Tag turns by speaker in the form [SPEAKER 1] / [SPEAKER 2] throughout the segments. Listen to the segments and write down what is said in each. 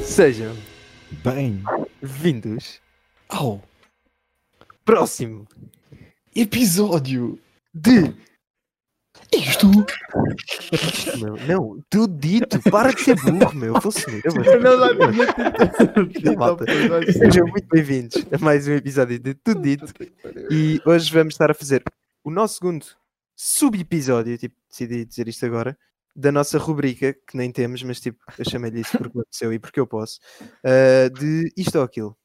[SPEAKER 1] Sejam bem-vindos ao próximo episódio de isto. Isto, meu. Não, tudo dito. Para de ser burro, meu. Fosse Sejam muito bem-vindos a mais um episódio de Tudo Dito. E hoje vamos estar a fazer o nosso segundo sub-episódio. Tipo, decidi dizer isto agora da nossa rubrica, que nem temos, mas tipo, eu chamei-lhe isso porque aconteceu e porque eu posso, uh, de isto ou aquilo.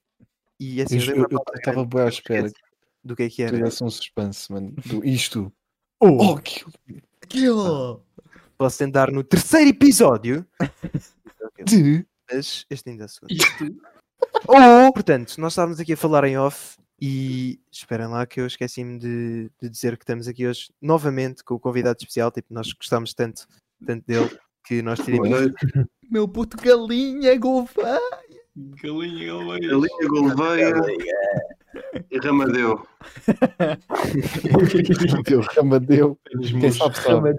[SPEAKER 1] E assim, eu lembro
[SPEAKER 2] Eu
[SPEAKER 1] a palavra
[SPEAKER 2] estava
[SPEAKER 1] grande
[SPEAKER 2] bem à espera que
[SPEAKER 1] do que é que era.
[SPEAKER 2] tivesse um suspense, mano. Do isto.
[SPEAKER 3] Oh,
[SPEAKER 2] Oh, que...
[SPEAKER 3] aquilo!
[SPEAKER 1] Posso tentar no terceiro episódio,
[SPEAKER 2] De...
[SPEAKER 1] mas este ainda é o segundo.
[SPEAKER 3] Isto.
[SPEAKER 1] Ou, portanto, nós estávamos aqui a falar em off e esperem lá que eu esqueci-me de, de dizer que estamos aqui hoje novamente com o convidado especial, tipo, nós gostamos tanto, tanto dele que nós teríamos
[SPEAKER 3] Meu puto galinha, é golfã!
[SPEAKER 4] Galinha Galveia.
[SPEAKER 5] Galinha Gouveia e Ramadeu.
[SPEAKER 2] Ramadeu, Ramadeu. Quem sabe sabe.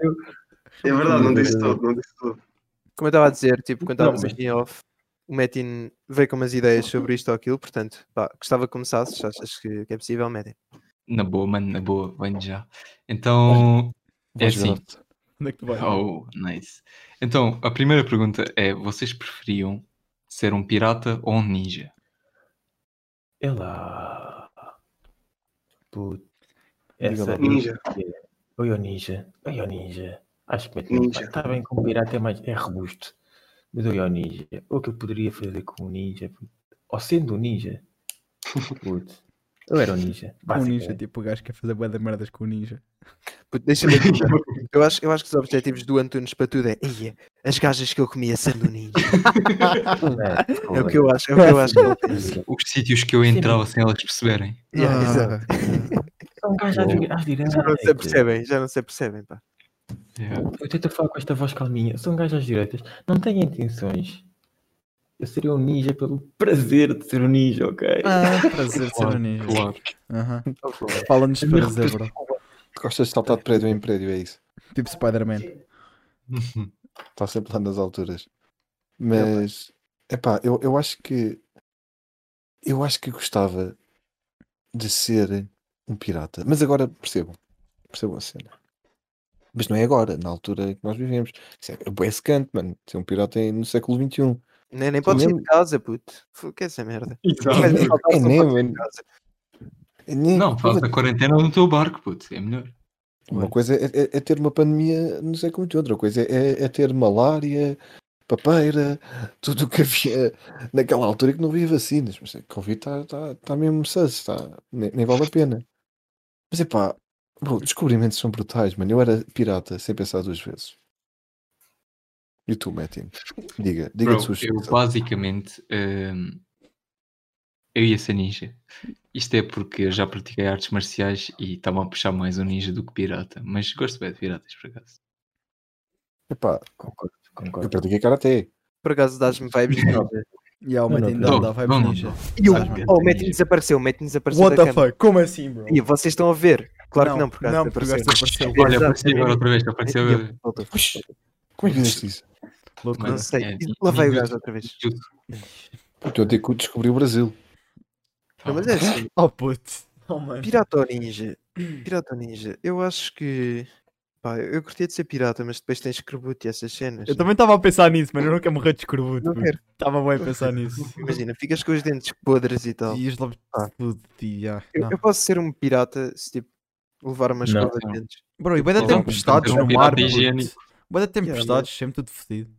[SPEAKER 5] É verdade, não disse tudo, não disse tudo.
[SPEAKER 1] como eu estava a dizer, tipo, quando
[SPEAKER 2] Não,
[SPEAKER 1] estávamos
[SPEAKER 2] mas-
[SPEAKER 1] aqui em off, o Metin veio com umas ideias sobre isto ou aquilo, portanto, pá, gostava que começasses, achas que, que é possível, Metin?
[SPEAKER 4] Na boa, mano, na boa, venho já. Então, É
[SPEAKER 2] Vais ver.
[SPEAKER 3] Onde é que tu vais?
[SPEAKER 4] oh, nice. Então, a primeira pergunta é: vocês preferiam ser um pirata ou um ninja?
[SPEAKER 6] Ela. Puto.
[SPEAKER 2] Diga
[SPEAKER 6] Essa é
[SPEAKER 2] lá.
[SPEAKER 5] Ninja.
[SPEAKER 6] Oi, ô ninja. Oi, ô ninja. Acho que mete
[SPEAKER 5] Ninja.
[SPEAKER 6] Está bem que um pirata é mais. É robusto. Mas oi, ô ninja. O que eu poderia fazer com um ninja? puto? Ou sendo um ninja? Puto. Eu era um ninja.
[SPEAKER 3] Com o ninja,
[SPEAKER 6] basicamente.
[SPEAKER 3] tipo, o gajo quer fazer bué de merdas com o ninja.
[SPEAKER 1] Puto, Deixa-me aqui. eu, acho, eu acho que os objetivos do Antunes para tudo é "Ia, as gajas que eu comia sendo um ninja.
[SPEAKER 6] É,
[SPEAKER 1] É o que eu acho, é o que eu acho. que ele pensa.
[SPEAKER 6] Ah.
[SPEAKER 4] Os sítios que eu
[SPEAKER 6] Sim,
[SPEAKER 4] entrava sem elas perceberem.
[SPEAKER 1] Yeah,
[SPEAKER 3] Ah,
[SPEAKER 1] exato.
[SPEAKER 6] Um gajo às vezes- às direitas.
[SPEAKER 1] Já não se apercebem, já não se apercebem, pá.
[SPEAKER 4] Yeah.
[SPEAKER 6] Eu tento falar com esta voz calminha. Sou um gajo às direitas. Não tenho intenções. Eu seria um ninja pelo prazer de ser um ninja, ok?
[SPEAKER 3] Ah, prazer de ser um ninja.
[SPEAKER 4] Claro.
[SPEAKER 3] Aham. Fala-nos de prazer, bro.
[SPEAKER 2] Gostas de saltar de prédio em prédio, é isso.
[SPEAKER 3] Tipo Spider-Man.
[SPEAKER 2] Está sempre lá nas alturas. Mas... Epá, eu, eu acho que... Eu acho que gostava de ser um pirata. Mas agora percebam. Percebam a cena. Mas não é agora, na altura que nós vivemos. Isso é bué secante, mano. Ser um pirata é no século XXI.
[SPEAKER 1] Nem, nem podes ir de
[SPEAKER 2] mesmo.
[SPEAKER 1] casa, puto. Fogo, Que é essa merda? Mas,
[SPEAKER 4] Exato.
[SPEAKER 1] mas, só podes
[SPEAKER 2] É nem,
[SPEAKER 1] ir de
[SPEAKER 2] mano.
[SPEAKER 1] casa.
[SPEAKER 2] Nem-
[SPEAKER 4] Não, faz
[SPEAKER 2] Uma
[SPEAKER 4] a quarentena no teu barco, puto. É melhor.
[SPEAKER 2] uma coisa é, é- é ter uma pandemia no século XXI, outra coisa é, é ter malária, papeira, tudo o que havia naquela altura que não havia vacinas. Mas é que o Covid está tá, tá mesmo sus, tá, nem, nem vale a pena. Mas é pá, bro, descobrimentos são brutais, mano. Eu era pirata sem pensar duas vezes. E tu, Metin? Diga, diga a
[SPEAKER 4] Bro,
[SPEAKER 2] sua
[SPEAKER 4] eu basicamente hum, eu ia ser ninja. Isto é porque eu já pratiquei artes marciais e estava a puxar mais um ninja do que pirata. Mas gosto bem de piratas, por acaso.
[SPEAKER 2] Epá,
[SPEAKER 6] Concordo,
[SPEAKER 2] eu
[SPEAKER 6] concordo.
[SPEAKER 2] pratiquei karaté.
[SPEAKER 1] Por acaso dás-me vibes de ninja.
[SPEAKER 3] E há o
[SPEAKER 2] Não, não,
[SPEAKER 3] Metin
[SPEAKER 2] não.
[SPEAKER 3] dá dá vibes
[SPEAKER 4] Não,
[SPEAKER 3] ninja.
[SPEAKER 4] não,
[SPEAKER 1] E o-
[SPEAKER 3] Sabes, mano?
[SPEAKER 1] Oh, o Metin desapareceu, o Metin desapareceu
[SPEAKER 3] What
[SPEAKER 1] da
[SPEAKER 3] the
[SPEAKER 1] cama.
[SPEAKER 3] fuck? Como assim, bro?
[SPEAKER 1] E vocês estão a ver? Claro que não, por causa
[SPEAKER 3] Não, porque o gajo desapareceu.
[SPEAKER 4] Olha, apareceu agora outra vez, apareceu.
[SPEAKER 1] Exatamente. Voltou.
[SPEAKER 2] Oxi, Como é que dizes isso?
[SPEAKER 3] Loucura.
[SPEAKER 1] Não
[SPEAKER 4] Mano,
[SPEAKER 1] sei.
[SPEAKER 4] é,
[SPEAKER 1] E lá vai o
[SPEAKER 4] ninja-
[SPEAKER 1] gajo outra vez.
[SPEAKER 2] Puto, Eu digo que descobri o Brasil.
[SPEAKER 1] Não, mas é assim.
[SPEAKER 3] Oh, puto. Oh, mano.
[SPEAKER 1] Pirata ou ninja? Pirata ou ninja? Eu acho que. Pá, eu curtia de ser pirata, mas depois tens escrebuto e essas cenas.
[SPEAKER 3] Eu também estava a pensar nisso, mano. Eu não quero morrer de escorbuto.
[SPEAKER 1] Não
[SPEAKER 3] puto. Estava bem a pensar nisso.
[SPEAKER 1] Imagina, ficas com os dentes podres e tal.
[SPEAKER 3] E os lábios
[SPEAKER 1] Ah.
[SPEAKER 3] tudo. e, ah,
[SPEAKER 1] Eu,
[SPEAKER 3] não.
[SPEAKER 1] eu posso ser um pirata se tipo levar uma
[SPEAKER 6] Não.
[SPEAKER 1] escova de
[SPEAKER 4] Não.
[SPEAKER 1] dentes.
[SPEAKER 3] Bro, e vai dar
[SPEAKER 4] Não, não,
[SPEAKER 3] tempestades
[SPEAKER 4] não,
[SPEAKER 3] no
[SPEAKER 4] não,
[SPEAKER 3] mar.
[SPEAKER 4] pirata higiênico.
[SPEAKER 3] Vai dar
[SPEAKER 1] mano.
[SPEAKER 3] tempestades, sempre tudo fodido.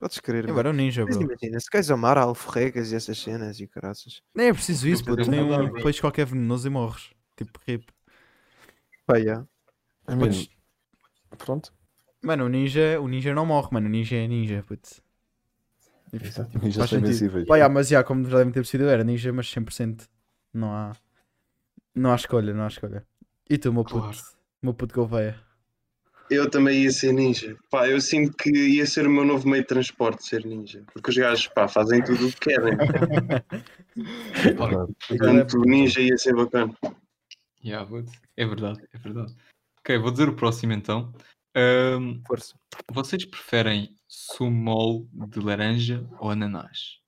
[SPEAKER 1] Podes querer.
[SPEAKER 3] Eu
[SPEAKER 1] mano.
[SPEAKER 3] era um ninja,
[SPEAKER 1] Mas
[SPEAKER 3] bro.
[SPEAKER 1] imagina, se cais ao mar, há alforregas e essas cenas e caraças.
[SPEAKER 3] Nem é preciso isso,
[SPEAKER 4] Nunca
[SPEAKER 3] puto.
[SPEAKER 4] deu
[SPEAKER 3] Tem
[SPEAKER 4] nada,
[SPEAKER 3] um
[SPEAKER 4] bro.
[SPEAKER 3] peixe qualquer venenoso e morres. Tipo, rip.
[SPEAKER 1] Pá, yeah.
[SPEAKER 2] I mean,
[SPEAKER 3] Podes-
[SPEAKER 2] Pronto,
[SPEAKER 3] Mano, o ninja, o ninja não morre, mano. O ninja é ninja, puto. Enfim,
[SPEAKER 2] já
[SPEAKER 3] faz
[SPEAKER 2] são
[SPEAKER 3] sentido.
[SPEAKER 2] invencíveis.
[SPEAKER 3] Pá, yeah, mas já, como já devem ter percebido, eu era ninja, mas 100% não há. Não há escolha, não há escolha. E tu, meu puto?
[SPEAKER 4] Claro.
[SPEAKER 3] Meu puto Gouveia.
[SPEAKER 5] Eu também ia ser ninja. Pá, eu sinto que ia ser o meu novo meio de transporte, ser ninja. Porque os gajos, pá, fazem tudo o que querem.
[SPEAKER 3] é.
[SPEAKER 4] Claro.
[SPEAKER 5] Portanto, ninja ia ser bacana.
[SPEAKER 4] Yeah, but- É verdade, é verdade. Ok, vou dizer o próximo então. Ahm,
[SPEAKER 1] Força.
[SPEAKER 4] vocês preferem sumol de laranja ou ananás?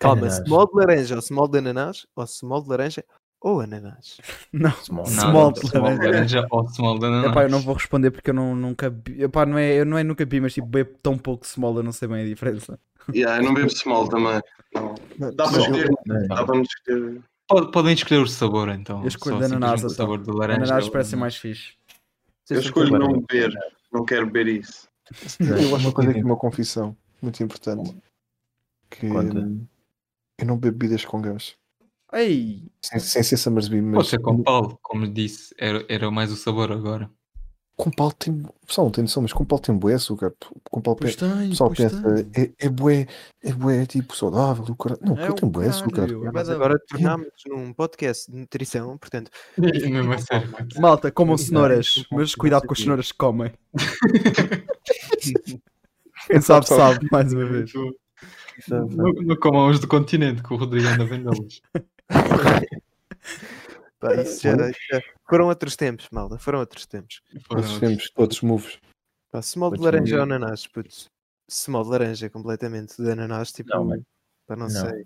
[SPEAKER 1] Calma,
[SPEAKER 6] Ananás.
[SPEAKER 1] small de laranja ou small de ananás, ou small de laranja ou ananás.
[SPEAKER 3] Não.
[SPEAKER 6] Small.
[SPEAKER 3] Não.
[SPEAKER 4] Nada,
[SPEAKER 3] Small
[SPEAKER 4] de small
[SPEAKER 3] laranja.
[SPEAKER 4] laranja ou small de ananás.
[SPEAKER 3] Epá, eu não vou responder porque eu não, nunca bi- Epá, não é, eu não é nunca bi, mas tipo, bebo tão pouco small, eu não sei bem a diferença.
[SPEAKER 5] Yeah, eu não bebo small também. Não. Dá para
[SPEAKER 2] Small.
[SPEAKER 5] escolher.
[SPEAKER 6] Não,
[SPEAKER 5] Dá para escolher.
[SPEAKER 4] Pod- Podem escolher o sabor então.
[SPEAKER 3] Eu escolho
[SPEAKER 4] Só
[SPEAKER 3] de ananás,
[SPEAKER 4] simplesmente O
[SPEAKER 3] então.
[SPEAKER 4] sabor de laranja.
[SPEAKER 3] Ananás
[SPEAKER 4] ou
[SPEAKER 3] parece mais fixe.
[SPEAKER 5] Eu escolho não beber. Não quero beber isso.
[SPEAKER 2] Eu acho uma coisa aqui, uma confissão muito importante. Que
[SPEAKER 6] Conta.
[SPEAKER 2] hum, eu não bebo bebidas com gás.
[SPEAKER 3] Ei!
[SPEAKER 2] Sem, sem ser Summersby, mas
[SPEAKER 4] Pode ser com pau, como disse, era, era mais o sabor agora.
[SPEAKER 2] com pau tem. Pessoal, não tem noção, mas com pau tem bué açúcar. Com pau
[SPEAKER 3] Pois
[SPEAKER 2] pe-
[SPEAKER 3] tem,
[SPEAKER 2] É, pessoal
[SPEAKER 3] pois
[SPEAKER 2] pensa,
[SPEAKER 3] tem. um
[SPEAKER 2] é, é bué, é bué tipo saudável, o cara. Não, aquilo
[SPEAKER 3] o
[SPEAKER 2] tem um bué
[SPEAKER 3] caralho,
[SPEAKER 2] açúcar.
[SPEAKER 3] é
[SPEAKER 1] Mas
[SPEAKER 3] bué da-
[SPEAKER 1] agora tornámos num podcast de nutrição, portanto,
[SPEAKER 4] Mesmo a sério.
[SPEAKER 3] Malta, comam cenouras,
[SPEAKER 1] Não,
[SPEAKER 3] mas
[SPEAKER 1] não
[SPEAKER 3] cuidado
[SPEAKER 1] sei
[SPEAKER 3] com as
[SPEAKER 1] quê.
[SPEAKER 3] cenouras que comem. Quem sabe, sabe, mais uma vez.
[SPEAKER 4] Não, não comam os do continente, que o Rodrigo anda vendê-los.
[SPEAKER 1] pá,
[SPEAKER 5] É,
[SPEAKER 1] isso já, já- foram outros tempos, malda, foram outros tempos.
[SPEAKER 2] Nós temos outros moves.
[SPEAKER 1] Pá, small de
[SPEAKER 6] Outros
[SPEAKER 1] laranja ou
[SPEAKER 6] dias.
[SPEAKER 1] ananás, putz. Small de laranja completamente, de ananás, tipo,
[SPEAKER 6] Não, mano.
[SPEAKER 1] pá, não,
[SPEAKER 6] Não.
[SPEAKER 1] sei,